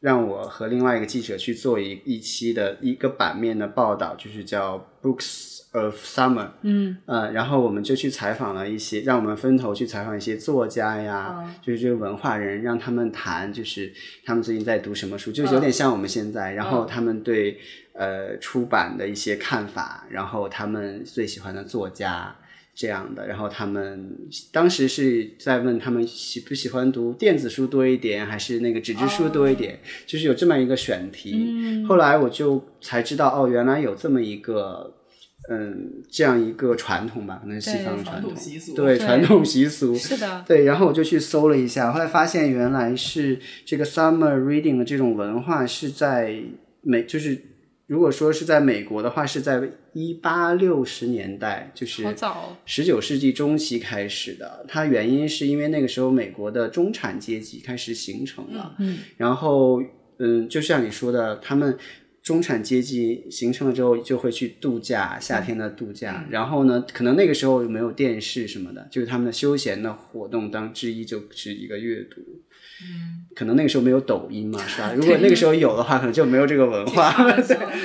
让我和另外一个记者去做一一期的一个版面的报道，就是叫 Books of Summer。
嗯
呃，然后我们就去采访了一些，让我们分头去采访一些作家呀，
嗯
就是这些文化人，让他们谈，就是他们最近在读什么书，
嗯
就是有点像我们现在，然后他们对呃出版的一些看法，然后他们最喜欢的作家这样的，然后他们当时是在问他们喜不喜欢读电子书多一点，还是那个纸质书多一
哦
点，就是有这么一个选题。
嗯
后来我就才知道，哦，原来有这么一个，嗯，这样一个传统吧，可能是西
对
方
传
传
统
统
习俗
对
对
传统习俗，
是的，
对。然后我就去搜了一下，后来发现原来是这个 summer reading 的这种文化是在美，就是如果说是在美国的话，是在一八六十年代，就是
好早哦
十九世纪中期开始的。它原因是因为那个时候美国的中产阶级开始形成了。
嗯
然后，嗯，就像你说的，他们中产阶级形成了之后，就会去度假，夏天的度假。
嗯
然后呢，可能那个时候没有电视什么的，就是他们的休闲的活动当之一就是一个阅读。嗯，可能那个时候没有抖音嘛，是吧？如果那个时候有的话，可能就没有这个文化。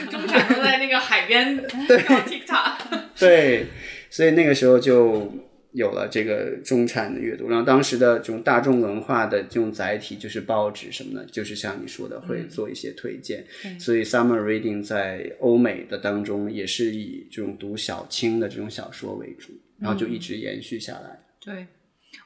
中产都在那个海边跳 TikTok，
对，所以那个时候就有了这个中产的阅读，然后当时的这种大众文化的这种载体就是报纸什么的，就是像你说的会做一些推荐，
对
所以 summer reading 在欧美的当中也是以这种读小清的这种小说为主，然后就一直延续下来。
对。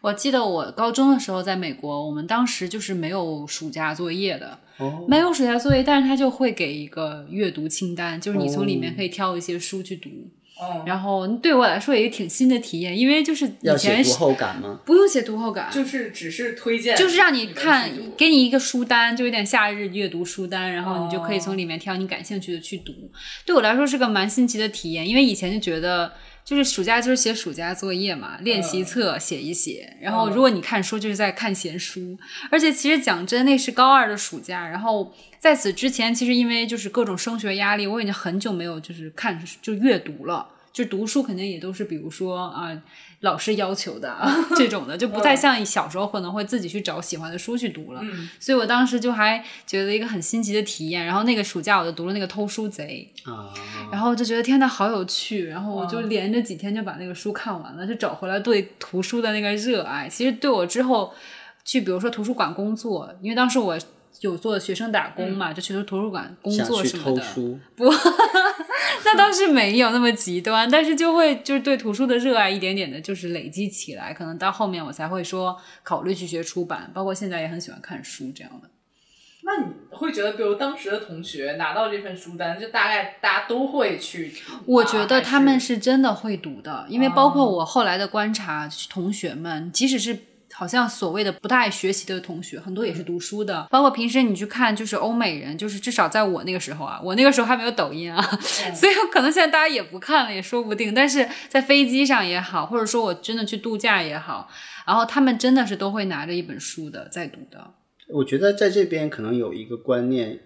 我记得我高中的时候在美国，我们当时就是没有暑假作业的，
哦，
没有暑假作业，但是他就会给一个阅读清单，就是你从里面
哦
可以挑一些书去读。
嗯，
然后对我来说也挺新的体验，因为就是以
要写
前
读
是
后感吗？
不用写读后感，
就是只是推荐，
就是让你看
你们去，读
给你一个书单，就有点夏日阅读书单，然后你就可以
哦
从里面挑你感兴趣的去读。对我来说是个蛮新奇的体验，因为以前就觉得。就是暑假就是写暑假作业嘛，练习册写一写，然后
嗯
如果你看书就是在看闲书，而且其实讲真，那是高二的暑假，然后在此之前，其实因为就是各种升学压力，我已经很久没有就是看就阅读了。就读书肯定也都是，比如说啊、老师要求的啊 这种的，就不太像小时候可能会自己去找喜欢的书去读了。
嗯
所以我当时就还觉得一个很新奇的体验。然后那个暑假我就读了那个《偷书贼》，
啊，
然后就觉得天呐好有趣，然后我就
哦
嗯
连着几天就把那个书看完了，就找回来对图书的那个热爱。其实对我之后去比如说图书馆工作，因为当时我有做学生打工嘛，就去图书馆工
嗯想
作
去
什么
偷
的，
书，
那倒是没有那么极端，但是就会就是对图书的热爱一点点的，就是累积起来，可能到后面我才会说考虑去学出版，包括现在也很喜欢看书这样的。
那你会觉得，比如当时的同学拿到这份书单，就大概大家都会去读吗。
我觉得他们
还是
啊是哦真的会读的，因为包括我后来的观察，同学们即使是。好像所谓的不太爱学习的同学，很多也是读书的。包括平时你去看，就是欧美人，就是至少在我那个时候啊，我那个时候还没有抖音啊， 所以可能现在大家也不看了，也说不定。但是在飞机上也好，或者说我真的去度假也好，然后他们真的是都会拿着一本书的在读的。
我觉得在这边可能有一个观念，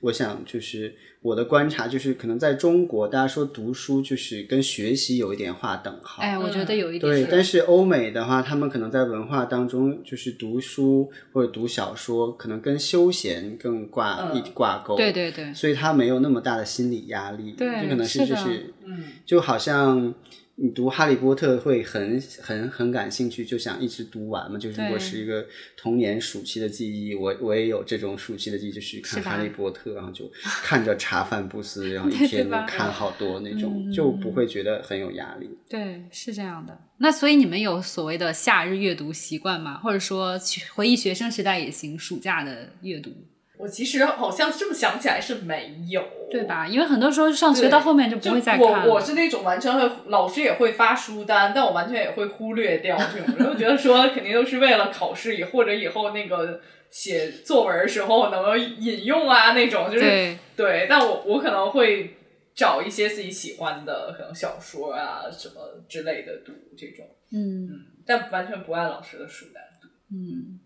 我想就是我的观察就是，可能在中国大家说读书就是跟学习有一点划等号。
哎，我觉得有一点
对，但
是
是欧美的话，他们可能在文化当中，就是读书或者读小说，可能跟休闲更挂、
嗯
一挂钩。
对对对，
所以他没有那么大的心理压力。
对
这可能
是
就
的
是，
嗯，
就好像你读《哈利波特》会很很很感兴趣，就想一直读完嘛。就是
对
如果是一个童年暑期的记忆，我我也有这种暑期的记忆，就是看
是
《
吧
哈利波特》，然后就看着茶饭不思，然后
对
一
对
天
吧
能看好多那种，
嗯
就不会觉得很有压力。
对，是这样的。那所以你们有所谓的夏日阅读习惯吗？或者说去回忆学生时代也行，暑假的阅读，
我其实好像这么想起来是没有，
对？吧？因为很多时候上学
对
到后面就不
就
会再看
我我
了。
是那种完全会，老师也会发书单，但我完全也会忽略掉这种人，我就觉得说肯定都是为了考试，或者以后那个写作文时候能够引用啊那种，就是
对，
对，但我我可能会找一些自己喜欢的，可能小说啊什么之类的读这种，
嗯
但完全不按老师的书单。
嗯，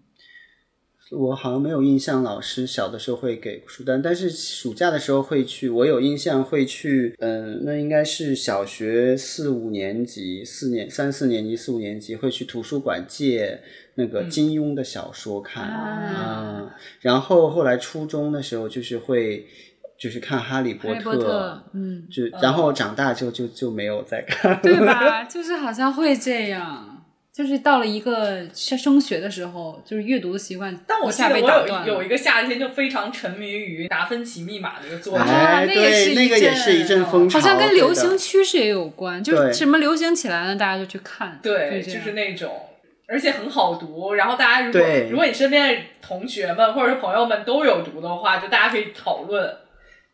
我好像没有印象，老师小的时候会给书单，但是暑假的时候会去。我有印象会去，嗯，那应该是小学四五年级、四年三四年级、四五年级会去图书馆借那
嗯
个金庸的小说
嗯
看
啊
嗯然后后来初中的时候就是会就是看《哈利波
哈利波特，哦嗯，
就然后长大之后就就没有再 看，
对吧？就是好像会这样，就是到了一个上升学的时候，就是阅读的习惯
但我
一
记
下
得
被
我
打
有
断
有
了。
一个夏天就非常沉迷于达芬奇密码这个作品，
啊
哎，
那也是
对，
一
那个也
阵
是一阵风潮，
好像跟
对的
流行趋势也有关，就是
对
什么流行起来了，大家就去看。
对，
就这
就
样
是那种，而且很好读。然后大家如果
对
如果你身边的同学们或者是朋友们都有读的话，就大家可以讨论，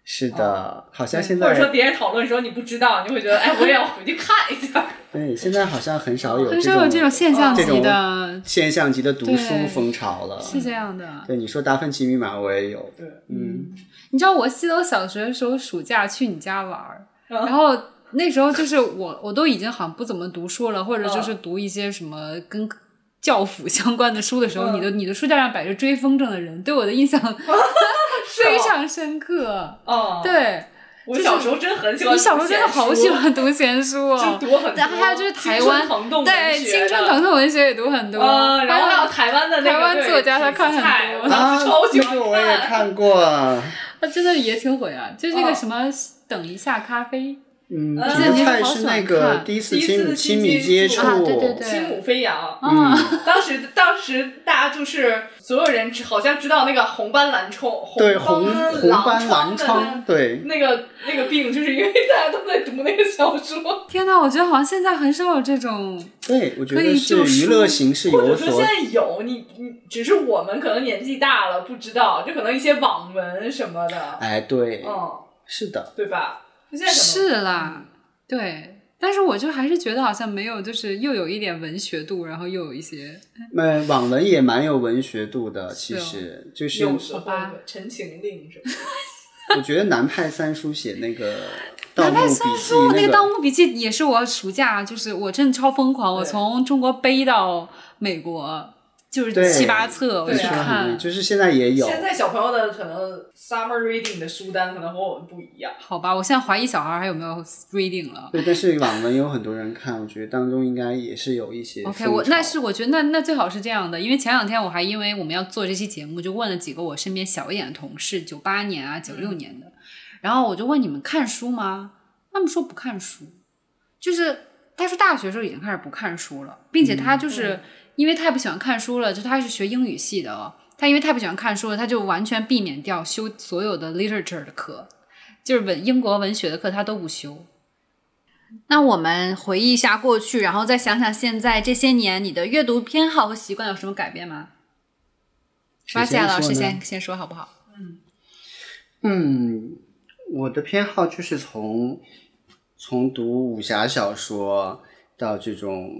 是的，好像
对
现
或者说
在
别人讨论的时候你不知道，你就会觉得哎，我也要回去看一下。
对现在好像很少有
很少有这种现象
这
级
种
的，
现象级的读
对
书风潮了。
是这样的。
对你说《达芬奇密码》，我 也有，
对，
嗯，
你知道，我记得我小学的时候暑假去你家玩儿，
嗯
然后那时候就是我，我都已经好像不怎么读书了，或者就是读一些什么跟教辅相关的书的时候，
嗯
你的你的书架上摆着《追风筝的人》，对我的印象非
是吗
常深刻。
哦，
对
我
就是
小时候真很喜欢，
你小时候真的好喜，欢读闲书
就
哦，
读很多。
然后还有就是台湾
青春疼痛文
对
学
青春
的
疼痛文学也读很多，
嗯，然后还有
有
台湾的那个
台湾
对
作家他
痞子
看很
蔡
多
我当时超喜欢
那啊个我也看过，
他真的也挺火呀，就这个
哦
什么等一下咖啡，
嗯，
嗯
痞子蔡是那
呃好喜欢
个
看
第一次
第一次
亲
亲
亲密
接
接触
触，
啊对对对
轻舞飞扬。
啊
嗯，
当时当时大家就是所有人只好像知道那个红斑狼疮，
对
红
红
斑
红斑
狼疮
狼疮，
的
对，
那个那个病，就是因为大家都在读那个小说，
天呐，我觉得好像现在很少有这种
对，我觉
可以
得
就是书
娱乐形式
或者
有
说
所
现，在有你你，只是我们可能年纪大了不知道，就可能一些网文什么的，
哎，对，
哦
嗯，
是的，
对吧？就现在可能
是啦，对。但是我就还是觉得好像没有，就是又有一点文学度，然后又有一些
那网文也蛮有文学度的，其
是哦
实就是
有时候
吧
《陈情令》什么的。
我觉得南派三叔写那个《盗
南派
墓笔
三
记
叔》那
那
个《盗墓笔记》也是我暑假，就是我真的超疯狂，我
对
从中国背到美国，就是
对
七八册我
对
去
啊
说很
看
对，，就是现在也有，
现在小朋友的可能 summer reading 的书单可能和我们不一样，
好吧，我现在怀疑小孩还有没有 reading 了。
对，但是网文有很多人看，我觉得当中应该也是有一些
OK，
风
我那
潮
是我觉得那那最好是这样的，因为前两天我还因为我们要做这期节目，就问了几个我身边小一点的同事，九八年啊九六年的，然后我就问你们看书吗？他们说不看书，就是他说大学时候已经开始不看书了，并且他就是、因为太不喜欢看书了，就他是学英语系的哦，他因为太不喜欢看书了，他就完全避免掉修所有的 literature 的课，就是文英国文学的课他都不修。那我们回忆一下过去，然后再想想现在这些年你的阅读偏好和习惯有什么改变吗？
谁
巴西亚
先
老师
说呢
先先说好不好？
嗯，我的偏好就是从从读武侠小说到这种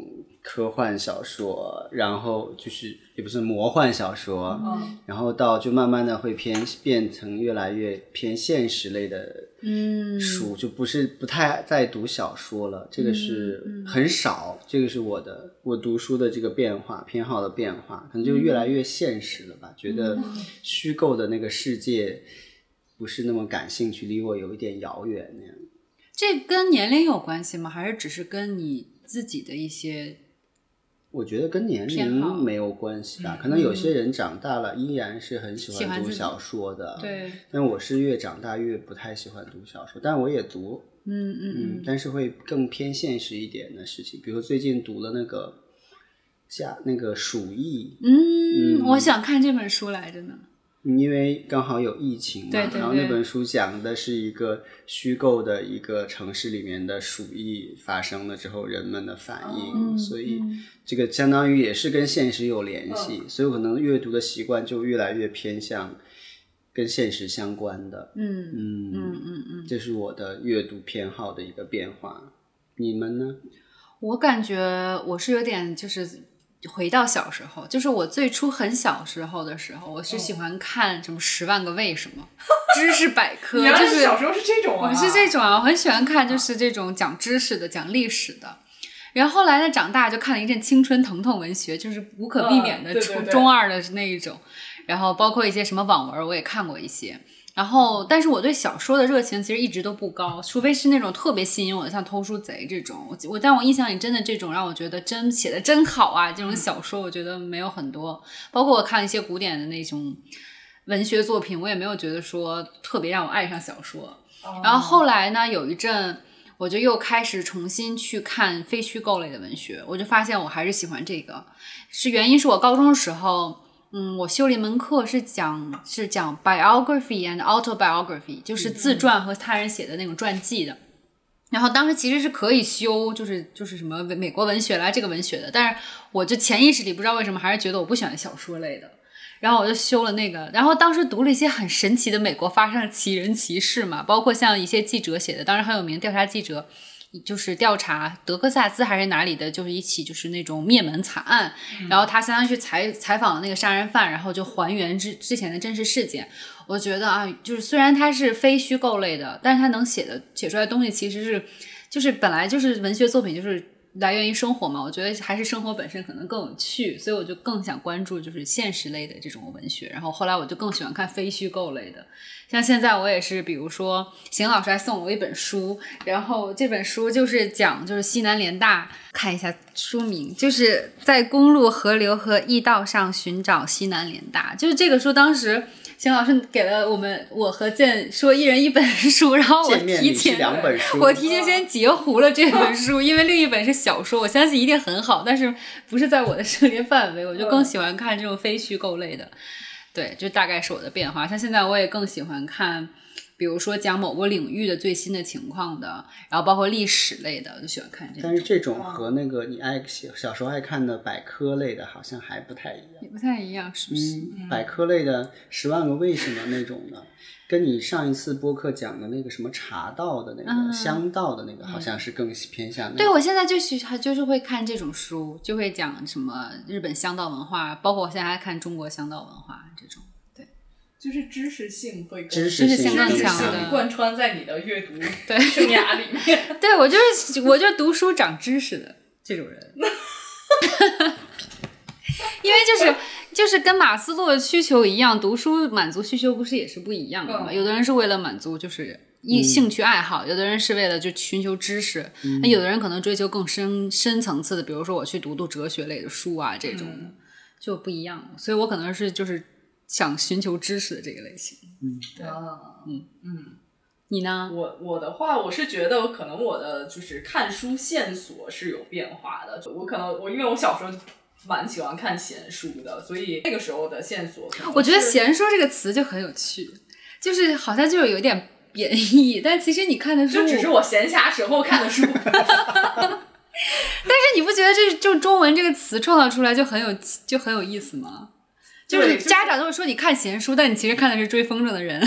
科幻小说，然后就是也不是魔幻小说，
嗯，
然后到就慢慢的会偏变成越来越偏现实类的
嗯
书，就不是不太在读小说了，这个
嗯
是很少，这个是我的我读书的这个变化偏好的变化，可能就越来
嗯
越现实了吧，觉得虚构的那个世界不是那么感兴趣，离我有一点遥远那样。
这跟年龄有关系吗？还是只是跟你自己的一些
我觉得跟年
偏好嗯
龄没有关系吧，可能有些人长大了依然是很喜
喜欢
欢读
自己
小说的，，
对，
但我是越长大越不太喜欢读小说，但我也读，
嗯嗯
嗯，但是会更偏现实一点的事情，比如最近读了那个夏那个《鼠疫
嗯，
嗯
我想看这本书来着呢。》，
因为刚好有疫情嘛，
对对
然后那
对
本书讲的是一个虚构的一个城市里面的鼠疫发生了之后人们的反应，
嗯
所以
嗯
这个相当于也是跟现实有联系，所以我可能阅读的习惯就越来越偏向跟现实相关的，
嗯
嗯
嗯嗯嗯，
这是我的阅读偏好的一个变化。你们呢？
我感觉我是有点就是回到小时候，就是我最初很小时候的时候，我
哦
是喜欢看什么《十万个为什么》 知识百科，
你原
就
来
是
小时候是这种啊？
我是这种啊，我很喜欢看就是这种讲知识的、讲历史的。然后后来呢，长大就看了一阵青春疼痛文学，就是无可避免的
嗯对
初、
对对
中二的那一种。然后包括一些什么网文，我也看过一些。然后，但是我对小说的热情其实一直都不高，除非是那种特别吸引我的，像《偷书贼》这种。我我，但我印象里真的这种让我觉得真写的真好啊，
嗯
这种小说我觉得没有很多。包括我看一些古典的那种文学作品，我也没有觉得说特别让我爱上小说。
哦嗯
然后后来呢，有一阵我就又开始重新去看非虚构类的文学，我就发现我还是喜欢这个，是原因是我高中的时候。嗯，我修了一门课是讲是讲 biography and autobiography，就是自传和他人写的那种传记的。然后当时其实是可以修，就是就是什么美国文学啦这个文学的，但是我就潜意识里不知道为什么还是觉得我不喜欢小说类的，然后我就修了那个。然后当时读了一些很神奇的美国发生的奇人奇事嘛，包括像一些记者写的，当时很有名调查记者。就是调查德克萨斯还是哪里的，就是一起就是那种灭门惨案，然后他相当于去采采访了那个杀人犯，然后就还原之之前的真实事件。我觉得啊，就是虽然它是非虚构类的，但是它能写的写出来的东西其实是，就是本来就是文学作品，就是来源于生活嘛。我觉得还是生活本身可能更有趣，所以我就更想关注就是现实类的这种文学。然后后来我就更喜欢看非虚构类的。像现在我也是，比如说，邢老师还送了我一本书，然后这本书就是讲就是西南联大，看一下书名，就是在公路、河流和驿道上寻找西南联大，就是这个书当时。邢老师给了我们我和健说一人一本书，然哦后我
见面
提
礼是
前
两本书，
我提前先截胡了这本书，因为另一本是小说，我相信一定很好，但是不是在我的涉猎范围，我就
嗯
更喜欢看这种非虚构类的。对，就大概是我的变化。像现在我也更喜欢看，比如说讲某个领域的最新的情况的，然后包括历史类的，我就喜欢
嗯
看这
但是
种。
这种和那个你爱小小时候爱看的百科类的好像还不太一样。
也不太一样，是不是？
嗯，百科类的《十万个为什么》那种的，跟你上一次播客讲的那个什么茶道的那
嗯
个香道的那个，好像是更偏向那
对，
个。
我现在就是还就是会看这种书，就会讲什么日本香道文化，包括我现在还看中国香道文化这种。
就是知识性会更
知
识性
性
更
知识
强的
性贯穿在你的阅读
对
生涯里 面。
对我就是我就是读书长知识的这种人， 因为就是就是跟马斯洛的需求一样，读书满足需求不是也是不一样的吗？
嗯
有的人是为了满足就是。一兴趣爱好，有的人是为了就寻求知识，那、有的人可能追求更深深层次的，比如说我去读读哲学类的书啊，这种的、就不一样。所以我可能是就是想寻求知识的这个类型。
啊，
你呢？
我我的话，我是觉得可能我的就是看书线索是有变化的。我可能我因为我小时候蛮喜欢看闲书的，所以那个时候的线索可能
我觉得“
是
闲说”这个词就很有趣，就是好像就是有点贬义，但其实你看的书，
就只是我闲暇时候看的书。
但是你不觉得这就中文这个词创造出来就很有就很有意思吗？就
对
是
就是
家长都会说你看闲书，但你其实看的是追风筝的人。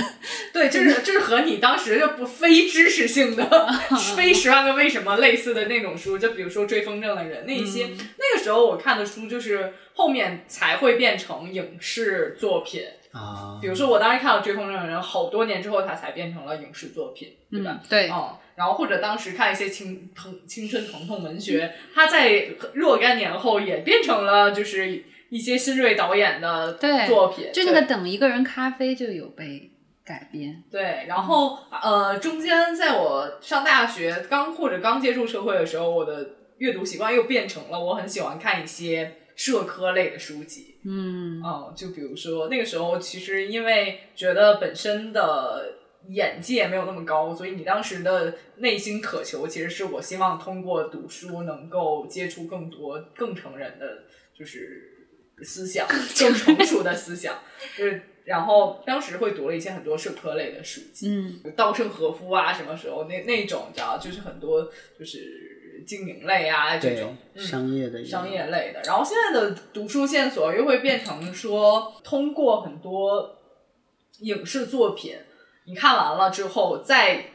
对，这是这是和你当时就不非知识性
啊
的、 非十万个为什么类似的那种书，就比如说《追风筝的人》那一
嗯
些，那个时候我看的书就是后面才会变成影视作品。
啊
比，如说我当时看到《追风筝的人》，好多年之后它才变成了影视作品，对吧？
嗯，对，
嗯，然后或者当时看一些青疼青春疼痛文学，它在若干年后也变成了就是一些新锐导演的
对
作品，
就那
对
个等一个人咖啡就有被改编。
对，然后呃，中间在我上大学刚或者刚接触社会的时候，我的阅读习惯又变成了我很喜欢看一些社科类的书籍。
嗯
哦、就比如说那个时候，其实因为觉得本身的眼界没有那么高，所以你当时的内心渴求，其实是我希望通过读书能够接触更多更成人的，就是思想，更成熟的思想。就是，然后当时会读了一些很多社科类的书籍。
嗯，
稻盛和夫啊，什么时候那那种，你知道，就是很多就是经营类啊这
对
种，嗯，
商业的也有
商业类的。然后现在的读书线索又会变成说，通过很多影视作品，你看完了之后再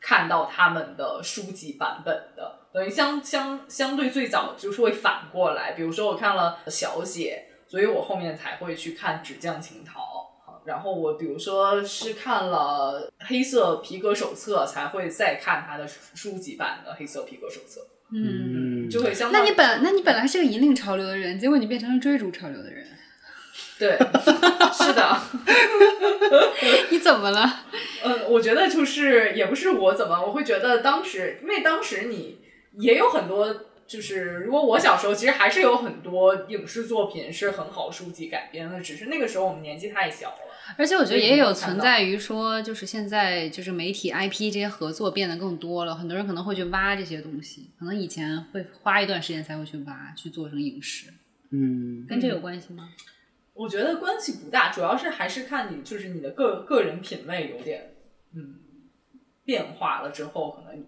看到他们的书籍版本的。等于相相相对最早就是会反过来，比如说我看了《小姐》，所以我后面才会去看《纸匠情桃》。然后我比如说是看了《黑色皮革手册》，才会再看他的书籍版的《黑色皮革手册》，
嗯。
嗯，
就会相当。
那你本那你本来是个引领潮流的人，结果你变成了追逐潮流的人。
对，是的，
你怎么了？
嗯，我觉得就是也不是我怎么，我会觉得当时，因为当时你也有很多，就是如果我小时候，其实还是有很多影视作品是很好书籍改编的，只是那个时候我们年纪太小了。
而且我觉得也
所以你没
有
有看
存
到
在于说，就是现在就是媒体 IP 这些合作变得更多了，很多人可能会去挖这些东西，可能以前会花一段时间才会去挖，去做成影视，
嗯，
跟这有关系吗？
我觉得关系不大，主要是还是看你就是你的个个人品味有点嗯变化了之后，可能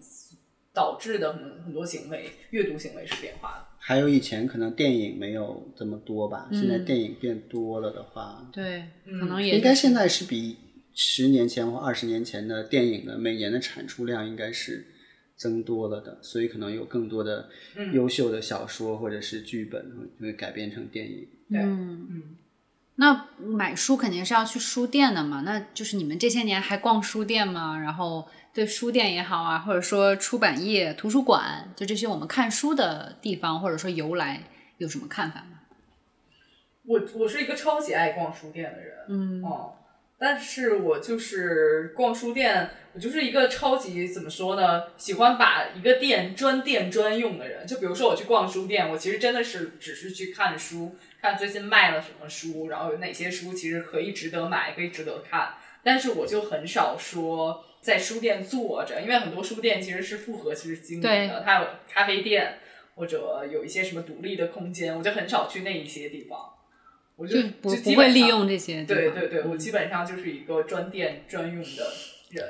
导致的很很多行为阅读行为是变化的。
还有以前可能电影没有这么多吧，
嗯
现在电影变多了的话，
对，
嗯
可能也
应该现在是比十年前或二十年前的电影的每年的产出量应该是增多了的，所以可能有更多的
嗯
优秀的小说或者是剧本会改编成电影。
对
嗯。
嗯，
那买书肯定是要去书店的嘛，那就是你们这些年还逛书店吗？然后对书店也好啊，或者说出版业、图书馆，就这些我们看书的地方，或者说由来，有什么看法吗？
我我是一个超级爱逛书店的人，
嗯
哦，但是我就是逛书店，我就是一个超级怎么说呢，喜欢把一个店专店专用的人。就比如说我去逛书店，我其实真的是只是去看书，看最近卖了什么书，然后有哪些书其实可以值得买，可以值得看。但是我就很少说在书店坐着，因为很多书店其实是复合式经营的
对，
它有咖啡店或者有一些什么独立的空间，我就很少去那一些地方。我就
就不
就
不
基
会
本
利
上
用这些地
对
方，
对对，
嗯
我基本上就是一个专店专用的人。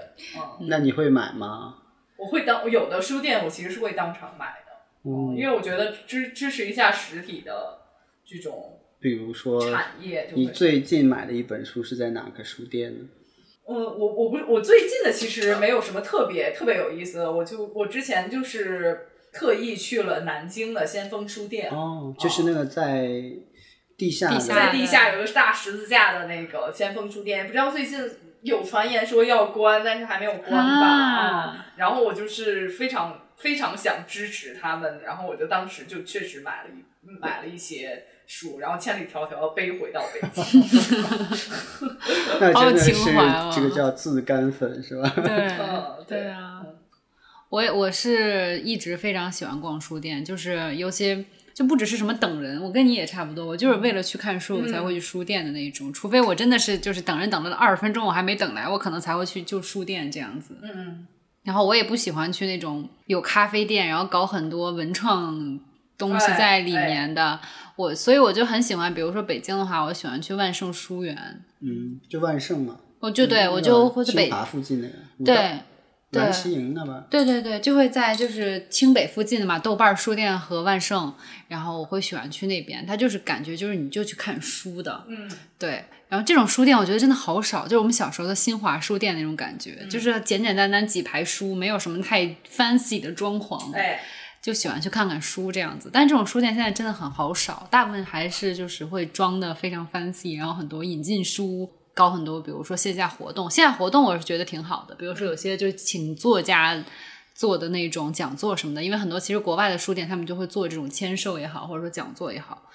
嗯，
那你会买吗？
我会当有的书店，我其实是会当场买的，
嗯，
因为我觉得支支持一下实体的这种
比如说，
产业就
你
会。
最近买的一本书是在哪个书店呢？
嗯，我我不是我最近的其实没有什么特别特别有意思的，我就我之前就是特意去了南京的先锋书店。
哦，就是那个在地下的
地下
在地下有个大十字架的那个先锋书店，不知道最近有传言说要关，但是还没有关吧？
啊
嗯然后我就是非常非常想支持他们，然后我就当时就确实买了一嗯买了一些书，然后千里迢迢背回到北京。
那真的是
好有情怀哦
这个叫自干粉是吧？
嗯
对
对
啊
嗯，
我也我是一直非常喜欢逛书店，就是尤其就不只是什么等人，我跟你也差不多，我就是为了去看书我
嗯
才会去书店的那一种，除非我真的是就是等人等了二十分钟我还没等来，我可能才会去就书店这样子。
嗯，
然后我也不喜欢去那种有咖啡店，然后搞很多文创东西
哎
在里
哎
面的，我所以我就很喜欢，比如说北京的话，我喜欢去万盛书园。
嗯，就万盛嘛。嗯
我就对、
嗯
那个
我就会去
清
北
华附近那个，五道
对对
蓝旗营那边。
对对对，就会在就是清北附近的嘛，豆瓣儿书店和万盛，然后我会喜欢去那边。它就是感觉就是你就去看书的，
嗯，
对。然后这种书店我觉得真的好少，就是我们小时候的新华书店那种感觉，就是简简单单几排书，没有什么太 fancy 的装潢，
哎，
就喜欢去看看书这样子。但这种书店现在真的很好少，大部分还是就是会装的非常 fancy，然后很多引进书，搞很多比如说线下活动。线下活动我是觉得挺好的，比如说有些就请作家。做的那种讲座什么的，因为很多其实国外的书店他们就会做这种签售也好，或者说讲座也好，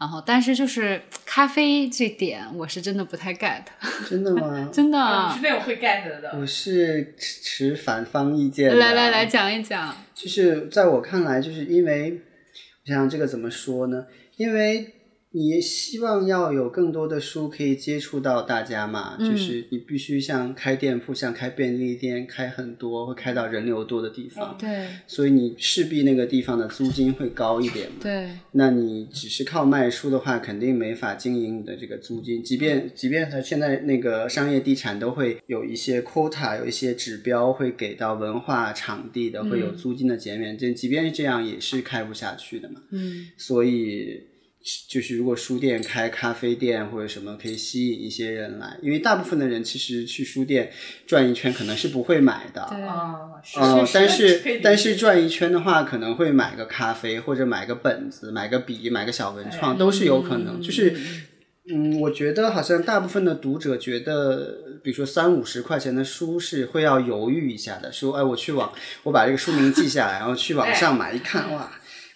然后但是就是咖啡这点我是真的不太 get，？
真的吗
真的。
啊， 你是那种会 get 的，
我是持持反方意见的。
来来来，讲一讲，
就是在我看来，就是因为我想想这个怎么说呢？因为你希望要有更多的书可以接触到大家嘛，
嗯
就是你必须像开店铺、像开便利店、开很多会开到人流多的地方，
对
所以你势必那个地方的租金会高一点嘛。
对，
那你只是靠卖书的话，肯定没法经营你的这个租金。即便即便它现在那个商业地产都会有一些 quota，有一些指标会给到文化场地的，会有租金的减免。这、即便是这样，也是开不下去的嘛。
嗯
所以就是如果书店开咖啡店或者什么，可以吸引一些人来，因为大部分的人其实去书店转一圈可能是不会买的。
对
啊，是
哦，
是，可
但
以理
是
解
但是转一圈的话，可能会买个咖啡，或者买个本子，买个笔，买个小文创，
哎
都是有可
嗯
能。就是，嗯，我觉得好像大部分的读者觉得，比如说三五十块钱的书是会要犹豫一下的，说，哎，我去网，我把这个书名记下来，然后去网上买，一看，哇。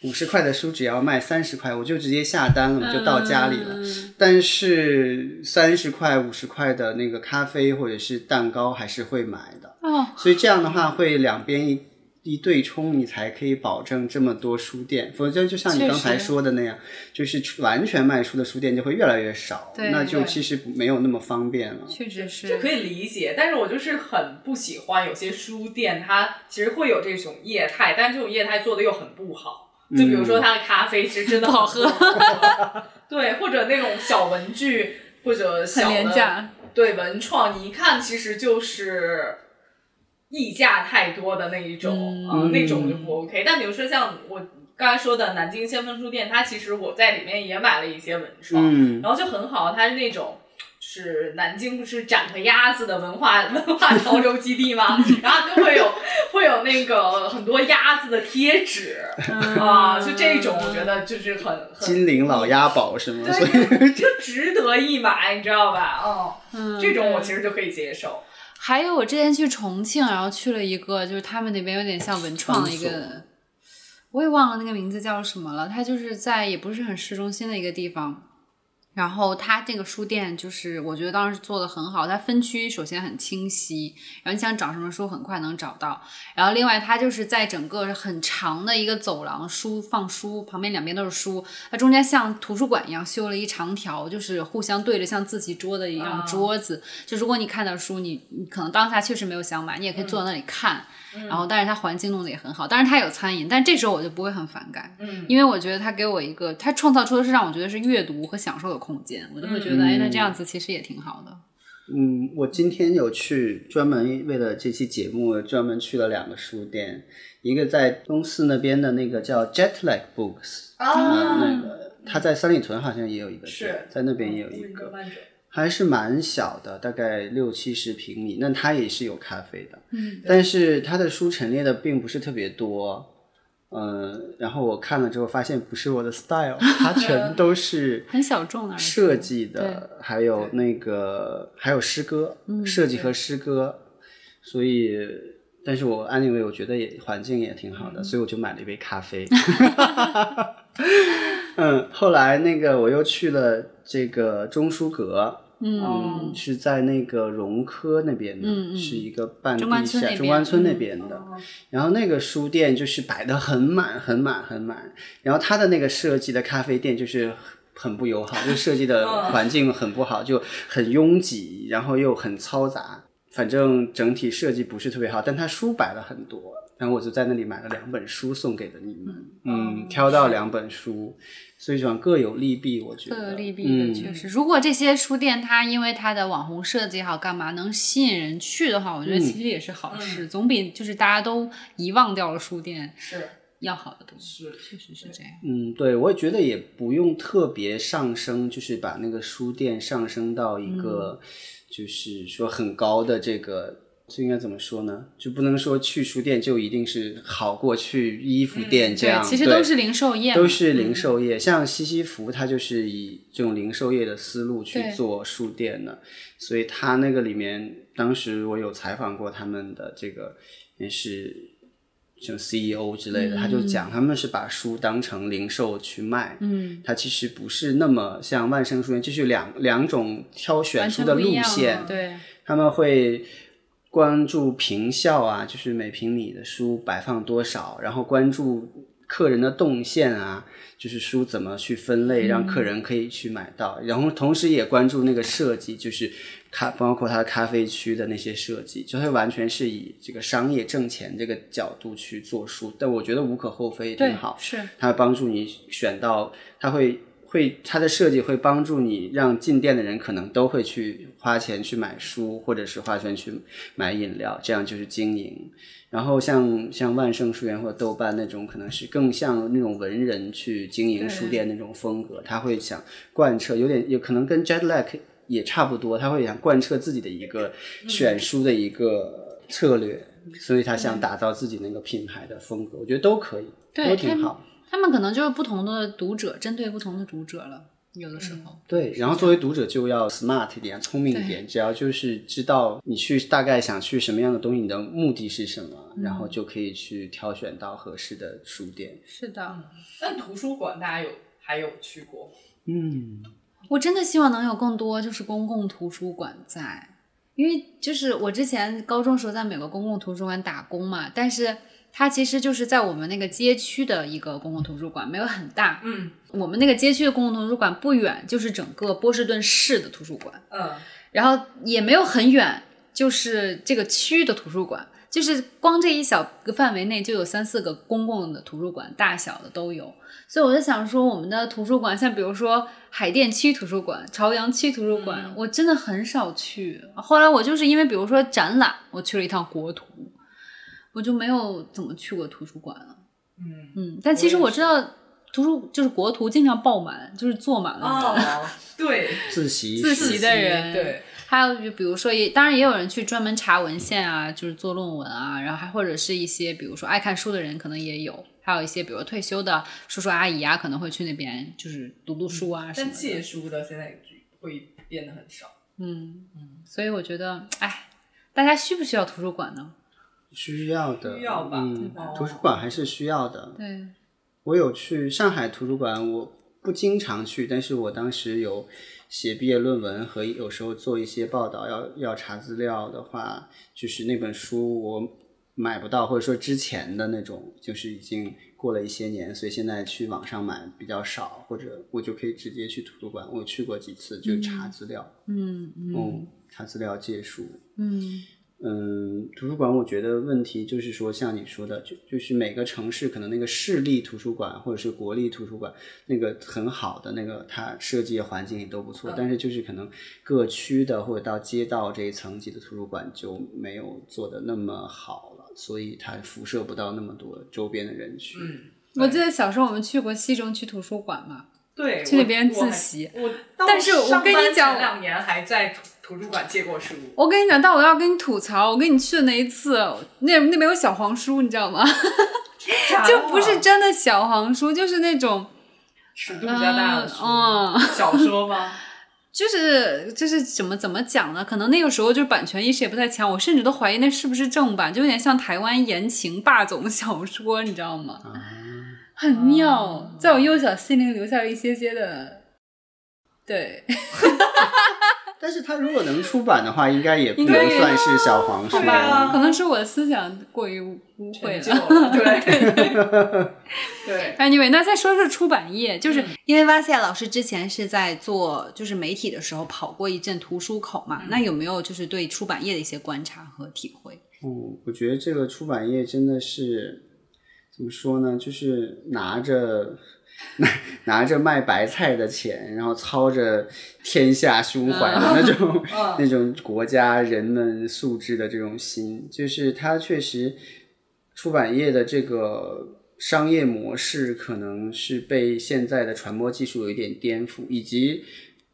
五十块的书只要卖三十块，我就直接下单了嘛，就到家里
嗯
了。但是三十块、五十块的那个咖啡或者是蛋糕还是会买的，
哦，
所以这样的话会两边一一对冲，你才可以保证这么多书店，否则就像你
确
刚才
实
说的那样，就是完全卖书的书店就会越来越少，
对
那就
对
其实没有那么方便了。
确实
这可
是。
以理解，但是我就是很不喜欢有些书店，它其实会有这种业态，但这种业态做的又很不好。就比如
嗯
说它的咖啡，其实真的
不好
很喝， 对，或者那种小文具或者
很
小
廉
的
价，
对文创，你一看其实就是溢价太多的那一
嗯
种，啊、那种就不 OK。但比如说像我刚才说的南京先锋书店，它其实我在里面也买了一些文创，
嗯，
然后就很好，它是那种。是南京不是展和鸭子的文化文化潮流基地 吗？然后就会有会有那个很多鸭子的贴纸啊，就这种我觉得就是很很
嗯金陵老鸭宝什么，所以
对，就值得一买，你知道吧？嗯，
嗯
这种我其实就可以接受。
还有我之前去重庆，然后去了一个，就是他们那边有点像文创的一
场
个，我也忘了那个名字叫什么了。它就是在也不是很市中心的一个地方，然后它这个书店就是我觉得当时做的很好，它分区首先很清晰，然后你想找什么书很快能找到，然后另外它就是在整个很长的一个走廊，书放书旁边两边都是书，它中间像图书馆一样修了一长条，就是互相对着像自习桌的一样
啊
桌子，就如果你看到书，你你可能当下确实没有想买，你也可以坐在那里
嗯
看。然后，但是它环境弄得也很好，当然它有餐饮，但这时候我就不会很反感，
嗯，
因为我觉得它给我一个，它创造出的是让我觉得是阅读和享受的空间，我就会觉得，
嗯
哎，那这样子其实也挺好的。
嗯，我今天有去专门为了这期节目专门去了两个书店，一个在东四那边的那个叫 Jetlag Books，
啊
那个它在三里屯好像也有一个店，
是
在那边也有一
嗯
个，
慢者
还是蛮小的，大概六七十平米。那它也是有咖啡的，
嗯，
但是它的书陈列的并不是特别多。嗯，然后我看了之后发现不是我 的 style，它全都是
很小众啊的
设计的，还有那个还有诗歌，
嗯
设计和诗歌，所以。但是我 anyway 我觉得也环境也挺好
嗯
的，所以我就买了一杯 咖啡。嗯，后来那个我又去了这个钟书阁，哦
嗯，
嗯
是在那个融科那边的，
嗯嗯
是一个半地
中关村那
下
边
中关村那
嗯
边的。
哦
然后那个书店就是摆的很满很满很满，然后它的那个设计的咖啡店就是。很不友好，就设计 的
嗯
环境很不好，就很拥挤，然后又很嘈杂，反正整体设计不是特别好。但它书摆了很多，然后我就在那里买了两本书送给了你们，嗯，
哦
挑到两本书，所以讲各有利弊，我觉得
各有利弊的，
嗯
确实。如果这些书店它因为它的网红设计也好干嘛能吸引人去的话，我觉得
嗯
其实也是好事，总比就是大家都遗忘掉了书店
是
要好的多。
是
确实是这样。
嗯，对，我也觉得也不用特别上升，就是把那个书店上升到一个，
嗯
就是说很高的这个，这应该怎么说呢？就不能说去书店就一定是好过去衣服店这
嗯
样，
对，其实
对
都是零售业嘛，嗯
都是零售业，像西西弗它就是以这种零售业的思路去
对
做书店的，所以它那个里面，当时我有采访过他们的这个也是就 CEO E 之类的，他就讲他们是把书当成零售去卖，
嗯，
它其实不是那么像万盛书店，就是两两种挑选
完
书
全
的
不一
路
样
线
啊，对，
他们会关注平效啊，就是每平米的书摆放多少，然后关注客人的动线啊，就是书怎么去分类，让客人可以去买到，然后同时也关注那个设计，就是咖包括它的咖啡区的那些设计，就会完全是以这个商业挣钱这个角度去做书，但我觉得无可厚非，也挺
对
好，。
是
它会帮助你选到，它会会它的设计会帮助你让进店的人可能都会去花钱去买书，或者是花钱去买饮料，这样就是经营。然后像像万盛书园或者豆瓣那种，可能是更像那种文人去经营书店那种风格，他会想贯彻，有点有可能跟 Jetlag 也差不多，他会想贯彻自己的一个
嗯
选书的一个策略。所以他想打造自己那个品牌的风格，我觉得都可以，
嗯对
都
他
挺
们
好。
他们可能就是不同的读者，针对不同的读者了。有的时候。
对，然后作为读者就要 smart 一点，聪明一点，只要就是知道你去大概想去什么样的东西，你的目的是什么，然
嗯
后就可以去挑选到合适的书店。
是的，
但嗯图书馆大家有还有去过吗？
嗯，
我真的希望能有更多就是公共图书馆在，因为就是我之前高中时候在美国公共图书馆打工嘛，但是它其实就是在我们那个街区的一个公共图书馆，没有很大。
嗯
我们那个街区的公共图书馆不远就是整个波士顿市的图书馆，
嗯
然后也没有很远就是这个区的图书馆。就是光这一小个范围内就有三四个公共的图书馆，大小的都有。所以我就想说，我们的图书馆，像比如说海淀区图书馆、朝阳区图书馆，
嗯
我真的很少去。后来我就是因为，比如说展览，我去了一趟国图，我就没有怎么去过图书馆了。
嗯。
嗯，但其实
我
我
也是
知道图书就是国图经常爆满，就是坐满了人。
哦，对，
自习
自
室
习的人
对，
还有就比如说也，当然也有人去专门查文献啊，就是做论文啊，然后还或者是一些比如说爱看书的人可能也有，还有一些比如说退休的叔叔阿姨啊，可能会去那边就是读读书啊什么
但借
的。
书的现在会变得很少。
嗯，所以我觉得，哎，大家需不需要图书馆呢？
需要的，
需要吧
嗯
吧，
图书馆还是需要的。
对，
我有去上海图书馆，我不经常去，但是我当时有写毕业论文和有时候做一些报道，要要查资料的话，就是那本书我买不到，或者说之前的那种，就是已经过了一些年，所以现在去网上买比较少，或者我就可以直接去图书馆。我去过几次，就查资料，
嗯嗯
嗯查资料借书，
嗯
嗯，图书馆我觉得问题就是说，像你说的，就就是每个城市可能那个市立图书馆或者是国立图书馆那个很好的那个，它设计的环境也都不错
嗯，
但是就是可能各区的或者到街道这一层级的图书馆就没有做的那么好了，所以它辐射不到那么多周边的人群。
嗯，
我记得小时候我们去过西城区图书馆嘛，
对，
去那
我
边
我
自
还
习
我到
但是我
上
跟你
班前
讲
两年还在图图书馆借过书。
我跟你讲，但我要跟你吐槽，我跟你去的那一次，那那边有小黄书，你知道吗？ 就不是真的小黄书，就是那种
尺度比较大的书，
嗯，嗯
小说吗？
就是就是怎么怎么讲呢？可能那个时候就是版权意识也不太强，我甚至都怀疑那是不是正版，就有点像台湾言情霸总小说，你知道吗？
啊
很妙，在我幼小心灵留下了一些些的，对，
但是它如果能出版的话，应该也不
应该
能
也
算是小黄书
对啊
可能是我的思想过于污污
对
秽了。
对 对，
Anyway，那再说说出版业，
嗯
就是因为哇塞老师之前是在做就是媒体的时候跑过一阵图书口
嗯
嘛，那有没有就是对出版业的一些观察和体会？
嗯，我觉得这个出版业真的是怎么说呢？就是拿着拿 拿着卖白菜的钱，然后操着天下胸怀的那种、 那种国家人们素质的这种心，就是它确实出版业的这个。商业模式可能是被现在的传播技术有一点颠覆，以及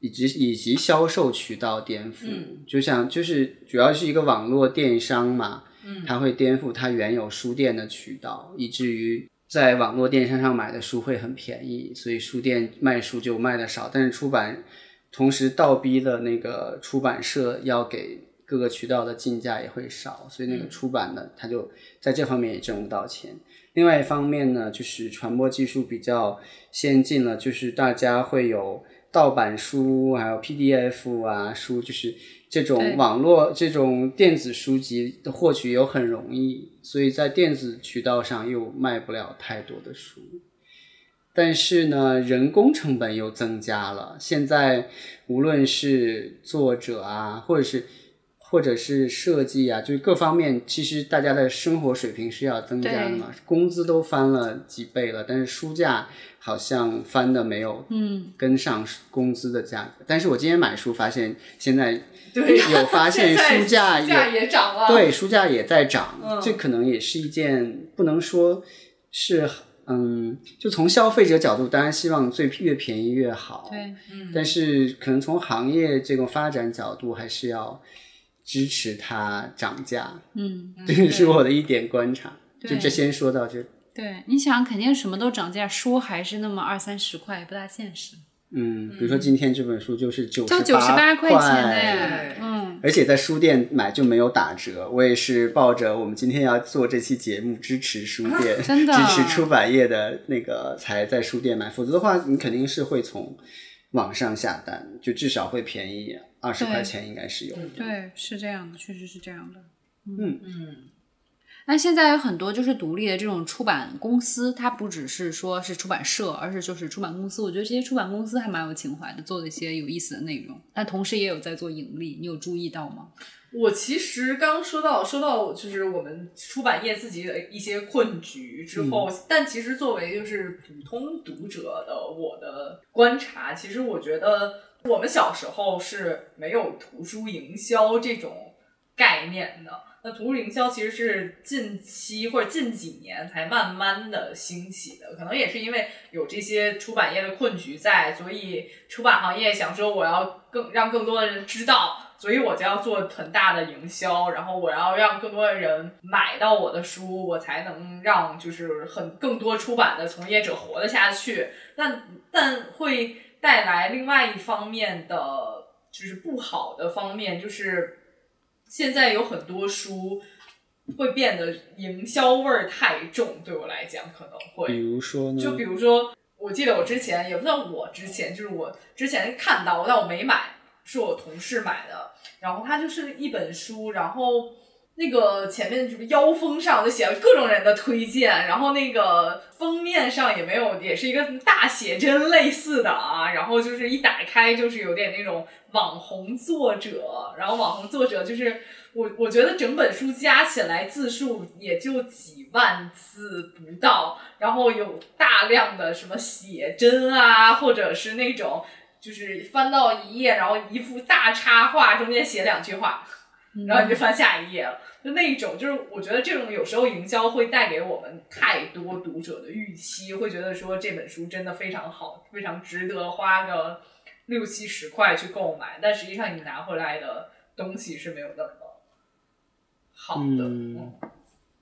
以及以及销售渠道颠覆。
嗯
就像就是主要是一个网络电商嘛，它会颠覆它原有书店的渠道，以至于在网络电商上买的书会很便宜，所以书店卖书就卖的少，但是出版同时倒逼的那个出版社要给各个渠道的进价也会少，所以那个
嗯
出版的它就在这方面也挣不到钱。另外一方面呢，就是传播技术比较先进了，就是大家会有盗版书，还有 PDF 啊书，就是这
对
种网络这种电子书籍的获取又很容易，所以在电子渠道上又卖不了太多的书。但是呢，人工成本又增加了。现在无论是作者啊，或者是或者是设计啊，就是各方面，其实大家的生活水平是要增加的嘛，工资都翻了几倍了，但是书价好像翻的没有
嗯，
跟上工资的价格。但是我今天买书发现，现在
对
有发现
在
书价
价
也
也涨了，
对，书价也在涨，
嗯
这可能也是一件不能说是嗯，就从消费者角度，当然希望最越便宜越好，
对，
嗯，
但是可能从行业这个发展角度，还是要支持它涨价，
嗯，
嗯
这个是我的一点观察。就
对
这先说到这，
对，你想肯定什么都涨价，书还是那么二三十块，也不大现实。
嗯，比如说今天这本书就是九
就九十
八
八
块
块钱哎
对，
嗯，
而且在书店买就没有打折。我也是抱着我们今天要做这期节目，支持书店，
真的
支持出版业的那个才在书店买，否则的话你肯定是会从网上下单，就至少会便宜二十
对
块钱，应该是有的。
对，是这样的，确实是这样的。
嗯，
那现在有很多就是独立的这种出版公司，它不只是说是出版社，而是就是出版公司。我觉得这些出版公司还蛮有情怀的，做了一些有意思的内容，但同时也有在做盈利。你有注意到吗？
我其实刚说到说到就是我们出版业自己的一些困局之后，
嗯
但其实作为就是普通读者的我的观察，其实我觉得我们小时候是没有图书营销这种概念的。那图书营销其实是近期或者近几年才慢慢的兴起的，可能也是因为有这些出版业的困局在，所以出版行业想说我要更让更多的人知道，所以我就要做很大的营销，然后我要让更多的人买到我的书，我才能让就是很更多出版的从业者活得下去。但但会带来另外一方面的就是不好的方面，就是现在有很多书会变得营销味儿太重，对我来讲可能会。
比如说呢，
就比如说，我记得我之前也不算我之前，就是我之前看到，但我没买，是我同事买的。然后它就是一本书，然后那个前面什么腰封上就写了各种人的推荐，然后那个封面上也没有，也是一个大写真类似的啊。然后就是一打开就是有点那种网红作者，然后网红作者就是。我我觉得整本书加起来字数也就几万字不到，然后有大量的什么写真啊，或者是那种就是翻到一页，然后一幅大插画，中间写两句话，然后你就翻下一页了。就那种，就是我觉得这种有时候营销会带给我们太多读者的预期，会觉得说这本书真的非常好，非常值得花个六七十块去购买，但实际上你拿回来的东西是没有那么好的。
嗯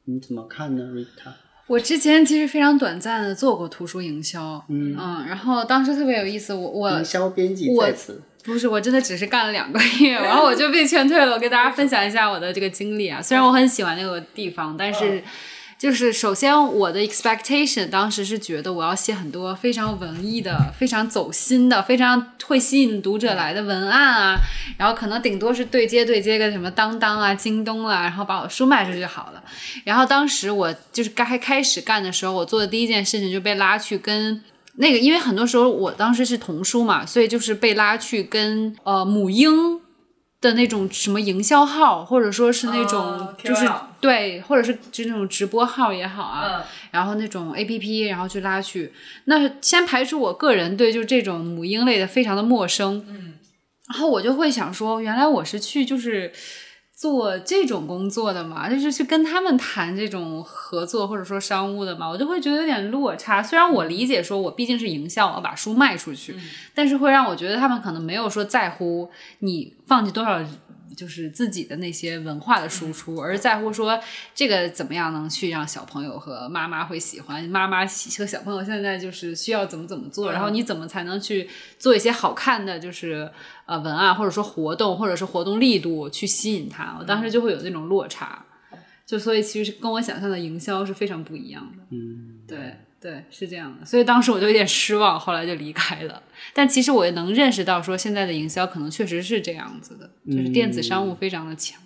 你怎么看呢，Rita？
我之前其实非常短暂的做过图书营销，
嗯，
嗯，然后当时特别有意思，我我
营销编辑
我
在此，
不是，我真的只是干了两个月，然后我就被劝退了。我跟大家分享一下我的这个经历啊，虽然我很喜欢那个地方，但是就是首先我的 expectation 当时是觉得我要写很多非常文艺的、非常走心的、非常会吸引读者来的文案啊，然后可能顶多是对接对接个什么当当啊、京东啊，然后把我的书卖出去就好了。然后当时我就是刚开始干的时候，我做的第一件事情就被拉去跟那个，因为很多时候我当时是童书嘛，所以就是被拉去跟呃母婴的那种什么营销号，或者说是那种
哦
就是、
KOL
对，或者是就那种直播号也好啊，
嗯，
然后那种 A P P，然后去拉去。那先排除我个人对就这种母婴类的非常的陌生，
嗯，
然后我就会想说，原来我是去就是做这种工作的嘛，就是去跟他们谈这种合作或者说商务的嘛，我就会觉得有点落差。虽然我
嗯
理解说我毕竟是营销，我要把书卖出去，但是会让我觉得他们可能没有说在乎你放弃多少。就是自己的那些文化的输出，而在乎说这个怎么样能去让小朋友和妈妈会喜欢，妈妈喜和小朋友现在就是需要怎么怎么做，然后你怎么才能去做一些好看的，就是呃文案或者说活动或者是活动力度去吸引他。我当时就会有那种落差，就所以其实跟我想象的营销是非常不一样的。
嗯，
对对，是这样的。所以当时我就有点失望，后来就离开了。但其实我也能认识到，说现在的营销可能确实是这样子的，就是电子商务
嗯
非常的强。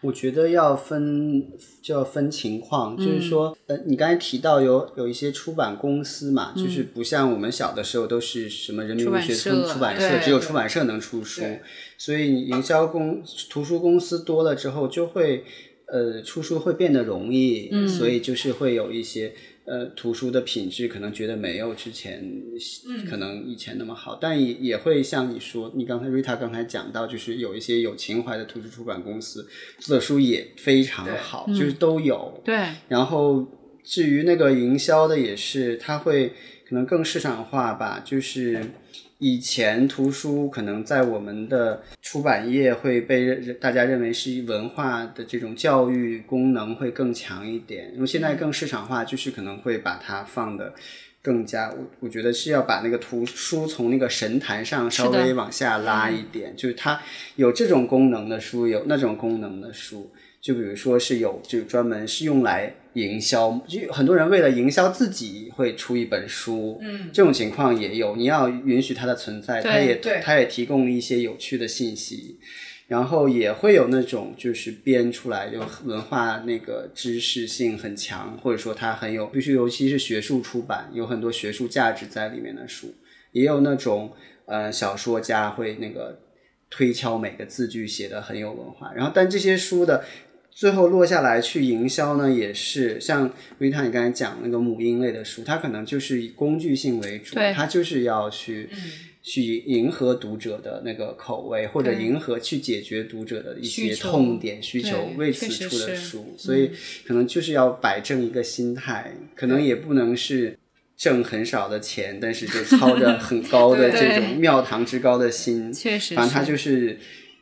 我觉得要分就要分情况，
嗯
就是说，呃，你刚才提到有有一些出版公司嘛，就是不像我们小的时候都是什么人
嗯
民
出
文
版
学
社
出出版社，
对
只有
对
出版社能出书
对，
所以营销公图书公司多了之后，就会呃出书会变得容易，
嗯
所以就是会有一些。呃，图书的品质可能觉得没有之前，
嗯
可能以前那么好，但也也会像你说，你刚才 Rita 刚才讲到，就是有一些有情怀的图书出版公司，做的书也非常好，就是都有。
对，
然后至于那个营销的，也是它会可能更市场化吧，就是。以前图书可能在我们的出版业会被认大家认为是文化的这种教育功能会更强一点，因为现在更市场化，就是可能会把它放的更加，我我觉得是要把那个图书从那个神坛上稍微往下拉一点，就是它有这种功能的书，有那种功能的书，就比如说是有就专门是用来营销，就很多人为了营销自己会出一本书，
嗯，
这种情况也有，你要允许它的存在，
对
它也
对
它也提供了一些有趣的信息，然后也会有那种就是编出来就文化那个知识性很强，或者说它很有必须，尤其是学术出版有很多学术价值在里面的书，也有那种呃小说家会那个推敲每个字句写的很有文化，然后但这些书的。最后落下来去营销呢，也是像维塔你刚才讲那个母婴类的书，它可能就是以工具性为主，
对嗯
它就是要去、去迎合读者的那个口味，或者
对
迎合去解决读者的一
需
些
求
痛点需
对
求，为
确
此
实
出的
是嗯
书，所以可能就是要摆正一个心态，可能也不能是。挣很少的钱，但是就操着很高的
对
这种庙堂之高的心，
确实
反正
是
它就是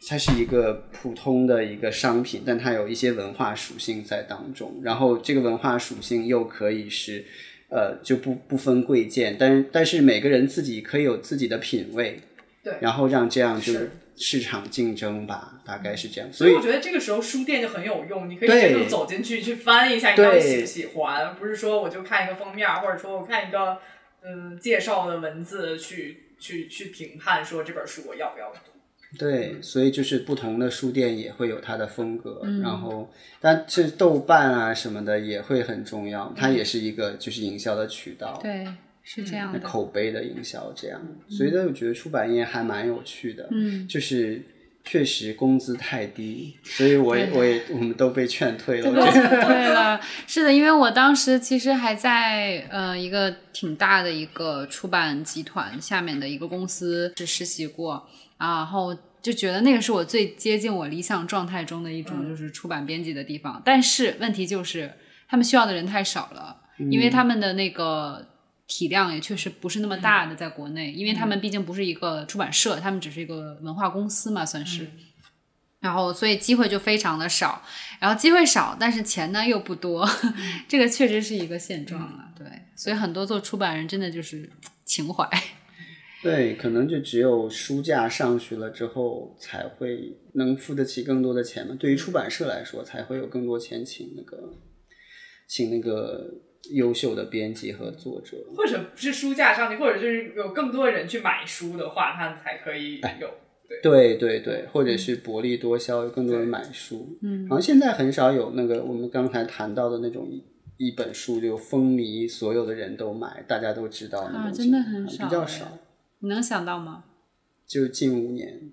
它是一个普通的一个商品，但它有一些文化属性在当中。然后这个文化属性又可以是，呃，就不不分贵贱，但是但是每个人自己可以有自己的品味，
对
然后让这样就是是市场竞争吧，大概是这
嗯
样。
所
所
以
以
我觉得这个时候书店就很有用，你可以
对
真的走进去去翻一下，你到底
对
喜不喜欢，而不是说我就看一个封面，或者说我看一个嗯介绍的文字去去去评判说这本书我要不要读。
对，所以就是不同的书店也会有它的风格，
嗯
然后但是豆瓣啊什么的也会很重要，它也是一个就是营销的渠道。
对，是这样
那
的。
口碑的营销这样，所以呢，我觉得出版业还蛮有趣的，
嗯，
就是确实工资太低，所以我也我也我们都被劝退了，我觉得
对了，是的，因为我当时其实还在呃一个挺大的一个出版集团下面的一个公司是实习过，啊然后就觉得那个是我最接近我理想状态中的一种就是出版编辑的地方。但是问题就是他们需要的人太少了，因为他们的那个。体量也确实不是那么大的，在国内，因为他们毕竟不是一个出版社，他们只是一个文化公司嘛，算是。然后，所以机会就非常的少，然后机会少，但是钱呢又不多， 这个确实是一个现状啊。对，所以很多做出版人真的就是情怀，
对，可能就只有书价上去了之后，才会能付得起更多的钱嘛。对于出版社来说，才会有更多钱请那个请那个优秀的编辑和作者。
或者不是书架上去，或者就是有更多人去买书的话，它才可以
哎
有。
对对对，或者是薄利多销，有更多人买书。嗯，好像现在很少有那个我们刚才谈到的那种一一本书就风靡，所有的人都买，大家都知道那种、
啊真的很少
比较
哎
少。
你能想到吗？
就近五年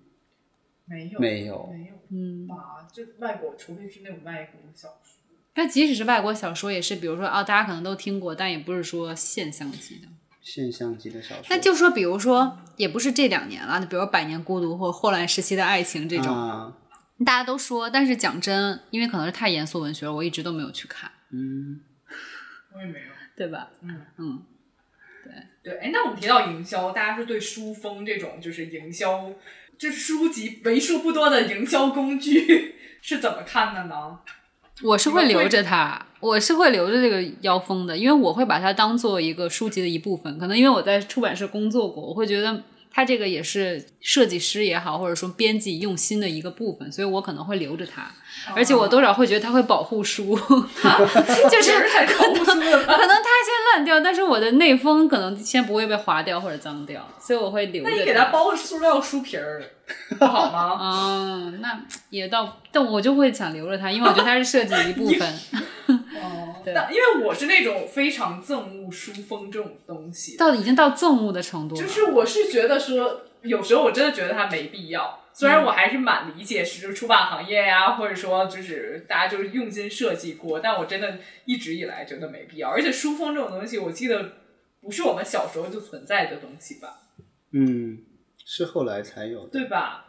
没有，
没有，
没有
嗯，
吧？就外国，除非是那种外国小说。
但即使是外国小说，也是比如说啊，大家可能都听过，但也不是说现象级的。
现象级的小说。
那就说，比如说，也不是这两年了，比如说《百年孤独》或《霍乱时期的爱情》这种，
啊，
大家都说，但是讲真，因为可能是太严肃文学了，我一直都没有去看，
嗯，
我也没有。
对吧？
嗯
嗯，
对，哎，那我们提到营销，大家是对书风这种就是营销，就是书籍为数不多的营销工具是怎么看的呢？
我是会留着它，我是会留着这个腰封的，因为我会把它当做一个书籍的一部分。可能因为我在出版社工作过，我会觉得它这个也是设计师也好，或者说编辑用心的一个部分，所以我可能会留着它。而且我多少会觉得它会保护书， 就
哪
是
儿才
可
读
能
书的吧
可能它先烂掉，但是我的内封可能先不会被划掉或者脏掉，所以我会留着
那
它。
你给它包个塑料书皮儿，不好吗？
哦，那也倒，但我就会想留着它，因为我觉得它是设计的一部 分。
哦，
对
但因为我是那种非常憎恶书风这种东西，
到已经到憎恶的程度了，
就是我是觉得说，有时候我真的觉得它没必要。虽
嗯
然我还是蛮理解，是就是出版行业呀、或者说就是大家就是用心设计过，但我真的一直以来觉得没必要。而且书封这种东西，我记得不是我们小时候就存在的东西吧，
嗯，是后来才有的。
对吧？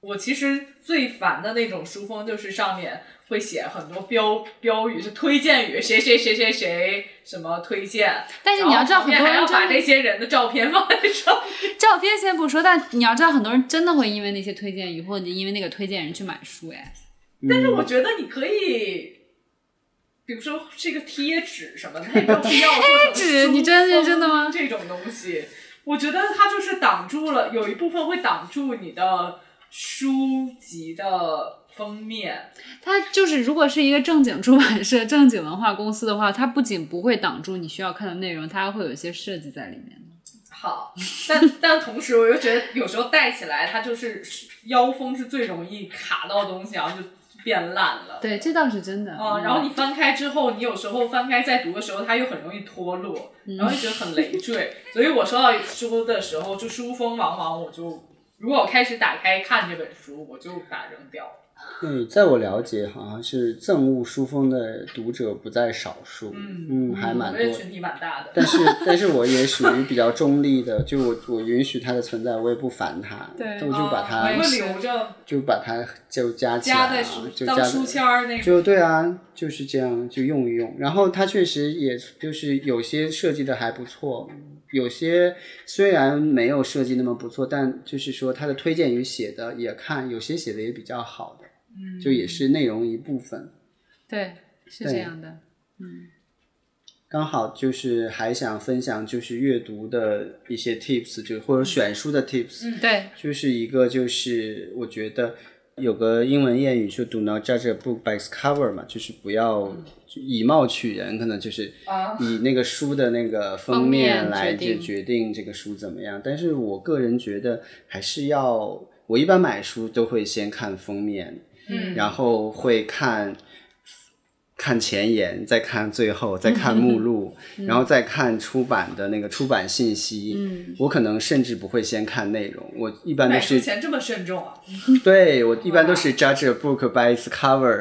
我其实最烦的那种书封，就是上面会写很多标标语，就推荐语，谁谁谁谁谁什么推荐。
但是你要知道，
然
很
后旁边
多
还要
人
把
真
这
的
些人的照片放在上面。
照片先不说，但你要知道，很多人真的会因为那些推荐语，或者因为那个推荐人去买书，哎，
但是
我觉得你可以，比比如说是一个贴纸什么的，它也不知道非要做成
纸你
书
真的
封
真的吗
这种东西，我觉得它就是挡住了，有一部分会挡住你的书籍的封面。
它就是，如果是一个正经出版社、正经文化公司的话，它不仅不会挡住你需要看的内容，它还会有一些设计在里面。
好，但 但同时我又觉得有时候戴起来，它就是腰封是最容易卡到东西，然后就变烂了。
对，这倒是真的。
嗯，然后你翻开之后，你有时候翻开再读的时候，它又很容易脱落，
嗯
然后就觉得很 累赘。所以我收到书的时候，就书封茫茫，我就如果我开始打开看这本书，我就把它扔掉了。
嗯，在我了解，好像是憎恶书风的读者不在少数，
嗯
嗯，还
我
蛮
觉
多
得
的。
群体蛮大的。
但是，但是我也属于比较中立的，就我我允许它的存在，我也不烦它，
对
我就把
啊
它
我会留着，
就把它就加起
夹
来
在
了
书，
就
当
加
书
在
签儿那种。
就对啊，就是这样，就用一用。然后它确实也就是有些设计的还不错，有些虽然没有设计那么不错，但就是说它的推荐语写的也看，有些写的也比较好的，就也是内容一部分。
对，是
对
这样的。
刚好就是还想分享就是阅读的一些 tips，就或者选书的 tips，、
对，
就是一个就是我觉得有个英文谚语就 “do not judge a book by its cover” 嘛，就是不要就以貌取人，可能就是
啊
以那个书的那个
封
封
面
面来
决定
就决定这个书怎么样。但是我个人觉得还是要，我一般买书都会先看封面，
嗯
然后会看看前言，再看最后，再看目录，
嗯
然后再看出版的那个出版信息。
嗯
我可能甚至不会先看内容，我一般都
买书
是
前这么慎重啊？
对我一般都是 judge a book by its cover，、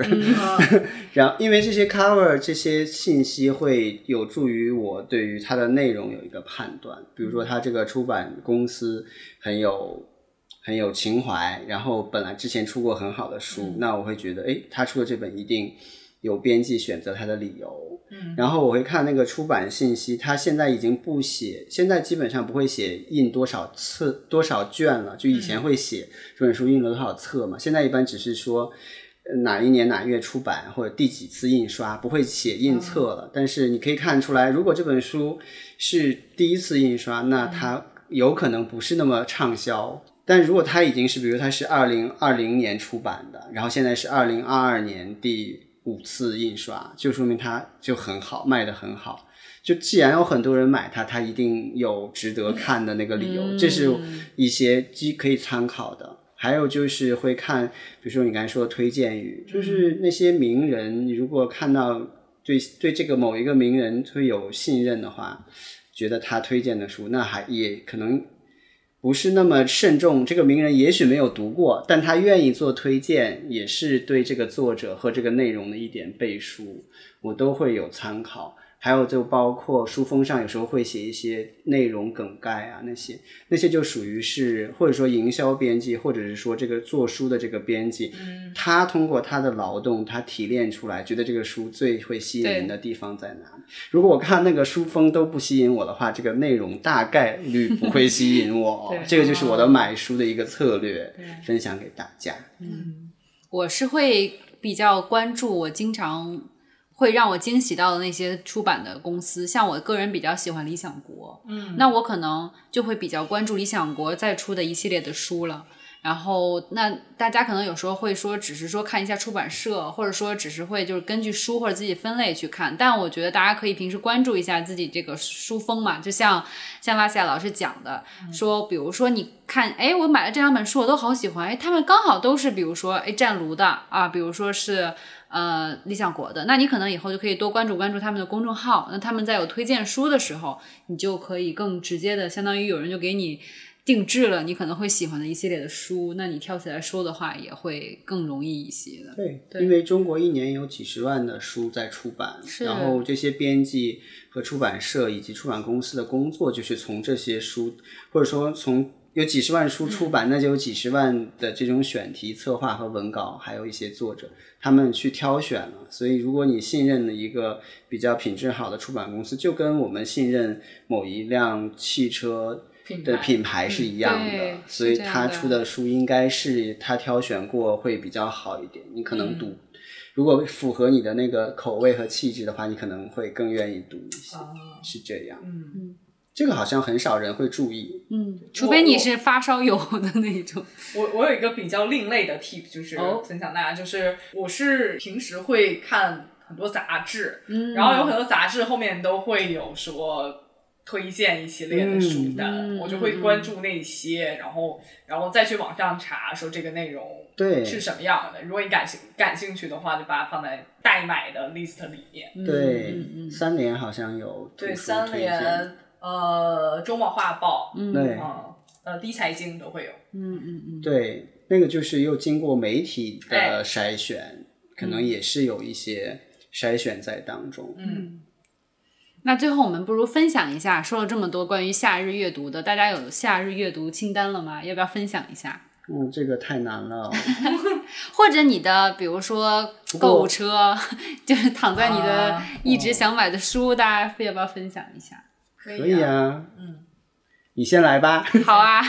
然 后因为这些 cover 这些信息会有助于我对于它的内容有一个判断，比如说它这个出版公司很有很有情怀，然后本来之前出过很好的书，那我会觉得，诶，他出的这本一定有编辑选择它的理由。
嗯，
然后我会看那个出版信息，它现在已经不写，现在基本上不会写印多少次、多少卷了，就以前会写这本书印了多少册嘛，现在一般只是说。呃哪一年哪月出版或者第几次印刷，不会写印册了。但是你可以看出来，如果这本书是第一次印刷，那它有可能不是那么畅销。但如果它已经是，比如它是二零二零年出版的，然后现在是二零二二年第五次印刷，就说明它就很好，卖的很好。就既然有很多人买它，它一定有值得看的那个理由，
嗯
这是一些基可以参考的。还有就是会看，比如说你刚才说的推荐语，就是那些名人，你如果看到对对这个某一个名人会有信任的话，觉得他推荐的书，那还也可能不是那么慎重。这个名人也许没有读过，但他愿意做推荐，也是对这个作者和这个内容的一点背书，我都会有参考。还有就包括书封上有时候会写一些内容梗概啊，那些那些就属于是或者说营销编辑，或者是说这个做书的这个编辑，
嗯
他通过他的劳动，他提炼出来，觉得这个书最会吸引人的地方在哪里？如果我看那个书封都不吸引我的话，这个内容大概率不会吸引我
对。
这个就是我的买书的一个策略，分享给大家。
我是会比较关注我经常会让我惊喜到的那些出版的公司，像我个人比较喜欢理想国，
嗯，
那我可能就会比较关注理想国再出的一系列的书了。然后，那大家可能有时候会说，只是说看一下出版社，或者说只是会就是根据书或者自己分类去看。但我觉得大家可以平时关注一下自己这个书风嘛，就像像拉西亚老师讲的，说比如说你看，哎，我买了这两本书，我都好喜欢，哎，他们刚好都是比如说哎湛卢的啊，比如说是呃理想国的，那你可能以后就可以多关注关注他们的公众号，那他们在有推荐书的时候，你就可以更直接的，相当于有人就给你定制了你可能会喜欢的一系列的书，那你挑起来说的话也会更容易一些的。
对，
对
因为中国一年有几十万的书在出版，
是
然后这些编辑和出版社以及出版公司的工作就是从这些书，或者说从有几十万书出
嗯
版，那就有几十万的这种选题、策划和文稿，还有一些作者，他们去挑选了。所以，如果你信任了一个比较品质好的出版公司，就跟我们信任某一辆汽车。
品
的
牌
品牌是一样
嗯对
的，所以
是这样
他
的
嗯
出的书应该是他挑选过会比较好一点。你可能读，如果符合你的那个口味和气质的话，你可能会更愿意读一些，
哦
是这样。
啊嗯，
这个好像很少人会注意，
嗯，除非你是发烧友的那一种，
我我有一个比较另类的 tip，就是
哦
分享大家，就是我是平时会看很多杂志，
嗯
然后有很多杂志后面都会有说推荐一系列的书单，
嗯
我就会关注那些，然后然后再去网上查说这个内容
对
是嗯什么样的。如果你感兴感兴趣的话，就把它放在代买的 list 里面。
对，
嗯嗯
三联好像有图
对，
书
三
推荐，
联、呃，周末画报，
嗯
对
嗯，呃，低财经都会有。
嗯嗯嗯，
对，那个就是又经过媒体
哎
的筛选，可能也是有一些筛选在当中。
嗯，
那最后我们不如分享一下，说了这么多关于夏日阅读的，大家有夏日阅读清单了吗？要不要分享一下？
嗯，这个太难 了哦。
或者你的，比如说
不过哦
购物车， 就是躺在你的
啊
一直想买的书，大家要不要分享一下？
可
可以啊，
嗯，
你先 来吧。
好 啊，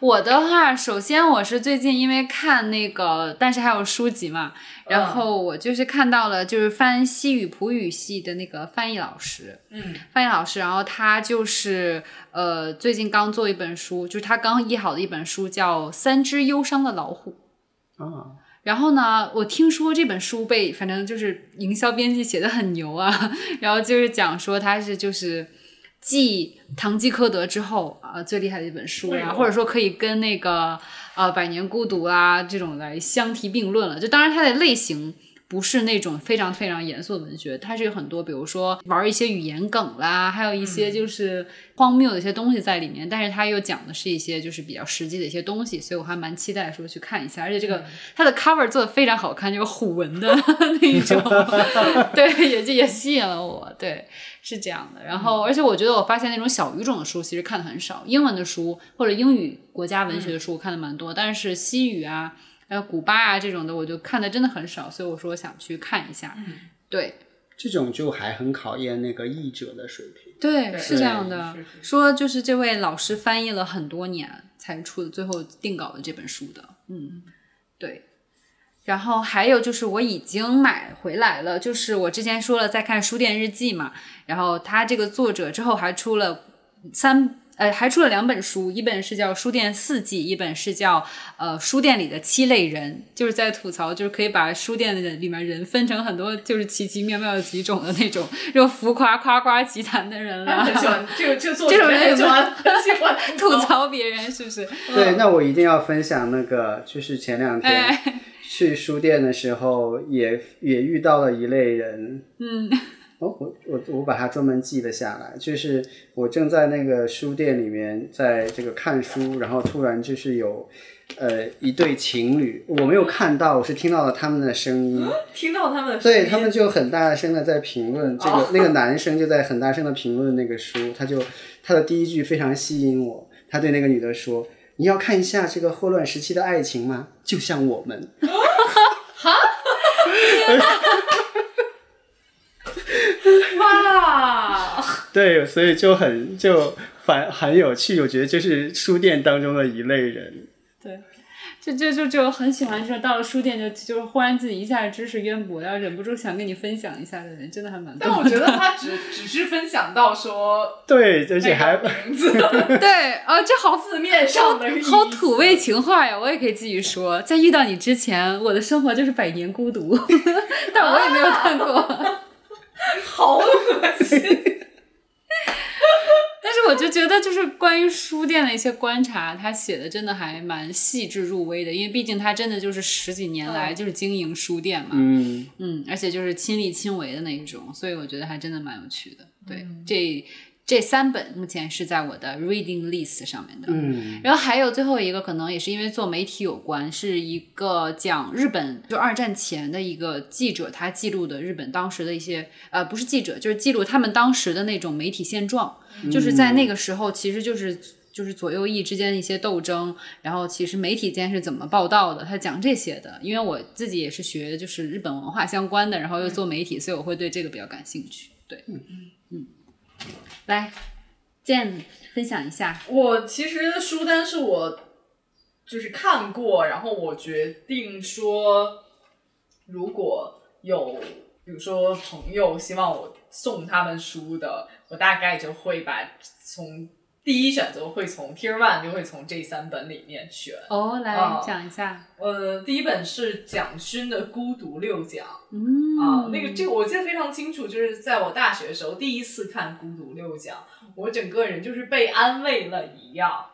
我的话，首先我是最近因为看那个，但是还有书籍嘛，
嗯
然后我就是看到了，就是翻西语普语系的那个翻译老师，
嗯
翻译老师，然后他就是呃，最近刚做一本书，就是他刚译好的一本书，叫《三只忧伤的老虎》。
啊，
然后呢，我听说这本书被反正就是营销编辑写的很牛啊， 然后就是讲说他是就是继《堂吉诃德》之后啊、最厉害的一本书，
哎呦
然后或者说可以跟那个呃《百年孤独啊》这种来相提并论了。就当然它的类型。不是那种非常非常严肃的文学，它是有很多，比如说玩一些语言梗啦，还有一些就是荒谬的一些东西在里面，但是它又讲的是一些就是比较实际的一些东西，所以我还蛮期待说去看一下，而且这个它的 cover 做的非常好看，就是虎纹的 那一种，对，也就也吸引了我，对，是这样
嗯
的。然后，而且我觉得我发现那种小语种的书其实看的很少，英文的书或者英语国家文学
嗯
的书我看的蛮多，但是西语啊，还有古巴啊这种的，我就看的真的很少，所以我说我想去看一下，
嗯，
对。
这种就还很考验那个译者的水平。
对，
对
是这样的
是是。是
说就是这位老师翻译了很多年才出的最后定稿的这本书的，嗯，对。然后还有就是我已经买回来了，就是我之前说了在看《书店日记》嘛，然后他这个作者之后还出了三。呃，还出了两本书，一本是叫《书店四季》，一本是叫呃《书店里的七类人》，就是在吐槽，就是可以把书店的人里面人分成很多，就是奇奇妙妙的几种的那种，就浮夸夸夸其谈的人啦，
他很喜欢这个这个作
这种
者，
人
很
有
喜
没有
欢很喜欢
吐槽别人是不是？
对，那我一定要分享那个，就是前两天、
哎，
去书店的时候也，也遇到了一类人。
嗯，
哦，我我我把它专门记了下来，就是我正在那个书店里面，在这个看书，然后突然就是有，呃，一对情侣，我没有看到，我是听到了他们的声音，
听到他们的声音
对他们就很大声的在评论这个，那个男生就在很大声的评论那个书，他就他的第一句非常吸引我，他对那个女的说：“你要看一下这个霍乱时期的爱情吗？就像我们。”
哇，
对，所以就很就反很有趣，我觉得就是书店当中的一类人。
对， 就就就就很喜欢说到了书店就就是忽然自己一下知识渊博，然后忍不住想跟你分享一下的人，真的还蛮多
但
的。
我觉得他只只是分享到说
对，而
这
且还
个名字
对，啊，这好
字面上的意思
好土味情话呀！我也可以继续说，在遇到你之前，我的生活就是百年孤独， 但我也没有
啊
看过。
好恶心。
但是我就觉得，就是关于书店的一些观察，他写的真的还蛮细致入微的，因为毕竟他真的就是十几年来
嗯
就是经营书店嘛，
嗯，
嗯，而且就是亲力亲为的那一种，所以我觉得还真的蛮有趣的。对，
嗯
这这三本目前是在我的 reading list 上面的。
嗯，
然后还有最后一个，可能也是因为做媒体有关，是一个讲日本就二战前的一个记者，他记录的日本当时的一些呃，不是记者，就是记录他们当时的那种媒体现状，就是在那个时候，其实就是。就是左右翼之间的一些斗争，然后其实媒体间是怎么报道的，他讲这些的。因为我自己也是学就是日本文化相关的，然后又做媒体，所以我会对这个比较感兴趣。对，嗯，来，建分享一下，
我其实书单是我就是看过，然后我决定说，如果有，比如说朋友希望我送他们书的，我大概就会把从第一选择会从 Tier One 就会从这三本里面选。
哦，来
啊
哦
讲一下，
呃，第一本是蒋勋的《孤独六讲》
嗯，
啊，那个这个我记得非常清楚，就是在我大学的时候第一次看《孤独六讲》，我整个人就是被安慰了一样，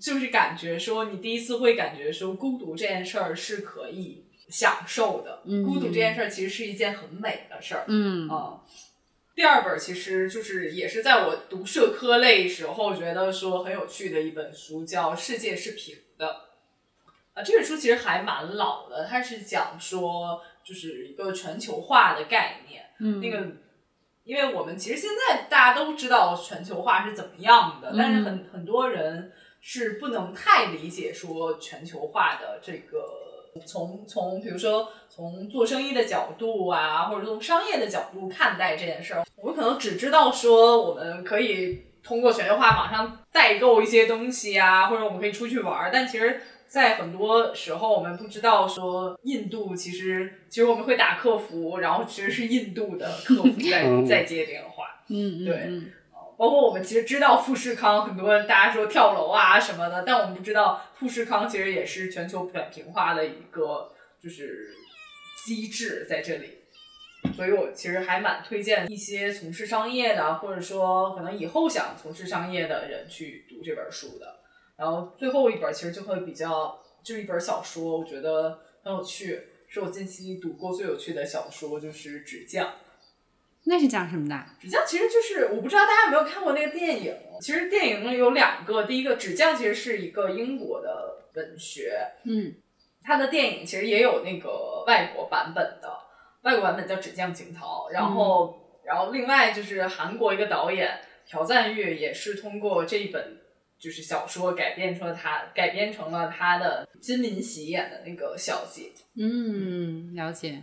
就是感觉说你第一次会感觉说孤独这件事儿是可以享受的，
嗯
孤独这件事儿其实是一件很美的事儿。
嗯
啊
嗯，第二本其实就是也是在我读社科类时候觉得说很有趣的一本书，叫《世界是平的》。啊，这本书其实还蛮老的，它是讲说就是一个全球化的概念。
嗯
那个，因为我们其实现在大家都知道全球化是怎么样的，
嗯
但是很很多人是不能太理解说全球化的这个从从比如说从做生意的角度啊，或者从商业的角度看待这件事儿，我们可能只知道说我们可以通过全球化网上代购一些东西啊，或者我们可以出去玩儿，但其实。在很多时候，我们不知道说印度其实其实我们会打客服，然后其实是印度的客服在在接电话。
嗯，嗯
对
嗯
包括我们其实知道富士康，很多人大家说跳楼啊什么的，但我们不知道富士康其实也是全球扁平化的一个就是机制在这里。所以我其实还蛮推荐一些从事商业的，或者说可能以后想从事商业的人去读这本书的。然后最后一本其实就会比较，就是一本小说，我觉得很有趣，是我近期读过最有趣的小说，就是《纸匠》。
那是讲什么的？
纸匠其实就是，我不知道大家有没有看过那个电影。其实电影有两个，第一个纸匠其实是一个英国的文学，
嗯
它的电影其实也有那个外国版本的，外国版本叫《纸匠惊涛》，然后、然后另外就是韩国一个导演朴赞玉也是通过这一本就是小说改编出了他改编成了他的金敏喜演的那个小姐。
嗯，了解。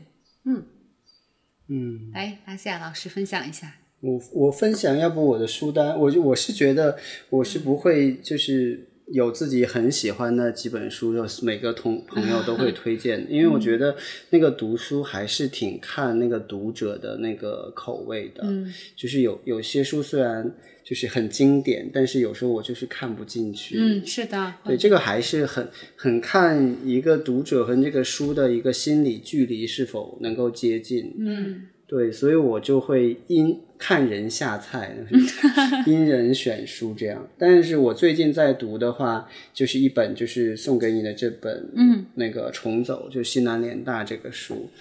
嗯，
来，马西亚老师分享一下。
我我分享，要不我的书单，我就我是觉得我是不
嗯
会就是有自己很喜欢的几本书，就是每个同朋友都会推 荐，因为
嗯
我觉得那个读书还是挺看那个读者的那个口味的，
嗯
就是有有些书虽然就是很经典，但是有时候我就是看不进去，
嗯，是的，
对，这个还是很很看一个读者和这个书的一个心理距离是否能够接近。
嗯
对，所以我就会因看人下菜，就是因人选书这样。但是我最近在读的话，就是一本就是送给你的这本，
嗯，
那个《重走》，就是西南联大这个书。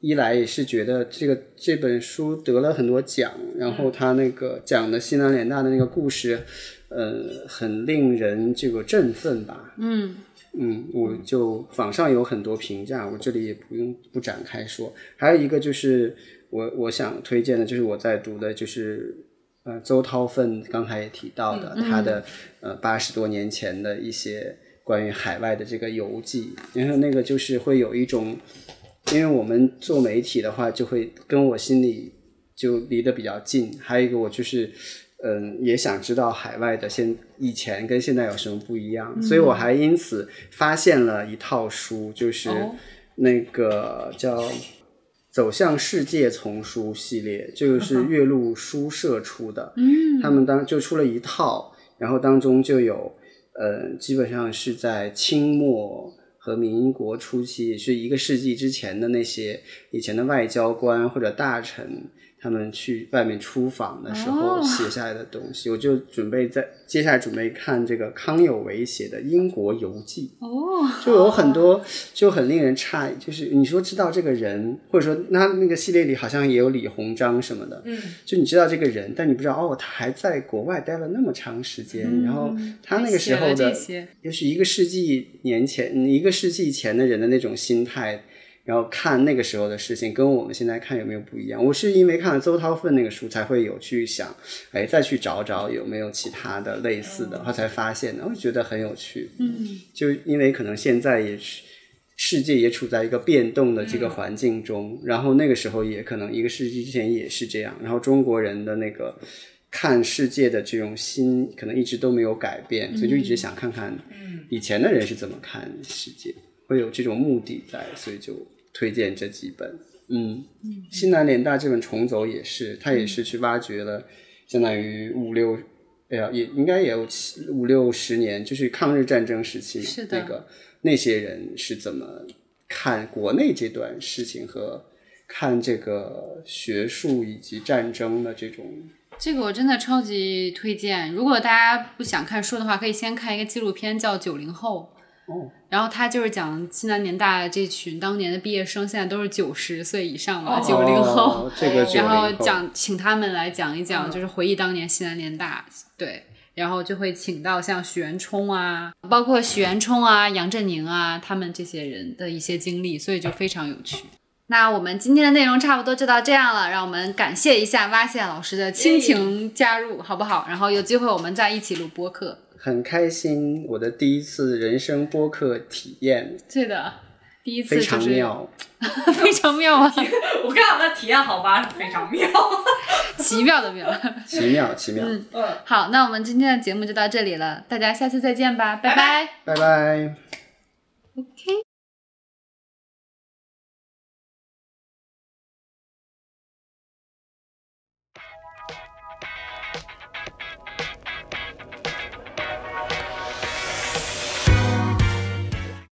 一来也是觉得这个这本书得了很多奖，然后他那个讲的西南联大的那个故事，呃，很令人这个振奋吧，
嗯
嗯，我就网上有很多评价，我这里也不用不展开说。还有一个就是我我想推荐的，就是我在读的，就是呃邹韬奋刚才也提到的，
嗯
他的呃八十多年前的一些关于海外的这个游记，然后那个就是会有一种，因为我们做媒体的话，就会跟我心里就离得比较近。还有一个我就是。嗯，也想知道海外的现以前跟现在有什么不
嗯
一样，所以我还因此发现了一套书，就是
哦
那个叫《走向世界》丛书系列，这个是岳麓书社出的，
嗯
他们当就出了一套，然后当中就有，呃，基本上是在清末和民国初期，也是一个世纪之前的那些以前的外交官或者大臣。他们去外面出访的时候
哦
写下来的东西我就准备在接下来准备看这个康有为写的《英国游记》。
哦，
就有很多就很令人诧异，就是你说知道这个人，或者说那那个系列里好像也有李鸿章什么的，
嗯，
就你知道这个人，但你不知道哦，他还在国外待了那么长时间，然后他那个时候
嗯写了这
的，
些
就是一个世纪年前，一个世纪前的人的那种心态。然后看那个时候的事情，跟我们现在看有没有不一样？我是因为看了邹韬奋那个书，才会有去想，哎，再去找找有没有其他的类似的，然后才发现的，我觉得很有趣。
嗯
就因为可能现在也是世界也处在一个变动的这个环境中，然后那个时候也可能一个世纪之前也是这样，然后中国人的那个看世界的这种心可能一直都没有改变，所以就一直想看看以前的人是怎么看世界，会有这种目的在，所以就推荐这几本。嗯，西南联大这本《重走》也是，他也是去挖掘了，相当于五六，哎呀，也应该也有七五六十年，就是抗日战争时期嘛
是的
那个那些人是怎么看国内这段事情和看这个学术以及战争的这种
这个我真的超级推荐。如果大家不想看书的话，可以先看一个纪录片，叫《九零后》。
哦，
然后他就是讲西南联大这群当年的毕业生，现在都是九十岁以上嘛，
哦
九零、 后。
哦这个
90
九
然后
零
讲，请他们来讲一讲，
嗯
就是回忆当年西南联大，对，然后就会请到像许渊冲啊，包括许渊冲啊、杨振宁啊，他们这些人的一些经历，所以就非常有趣。那我们今天的内容差不多就到这样了，让我们感谢一下蛙蟹老师的亲情加入，好不好？然后有机会我们再一起录播客。
很开心，我的第一次人生播客体验
对的，第一次
非
就
常
是
妙。
非常妙啊，
我看我的体验好吧，非常妙。
奇妙的妙。
奇妙奇妙，
嗯，
好，那我们今天的节目就到这里了，大家下次再见吧，拜
拜
拜
拜
拜拜。
OK。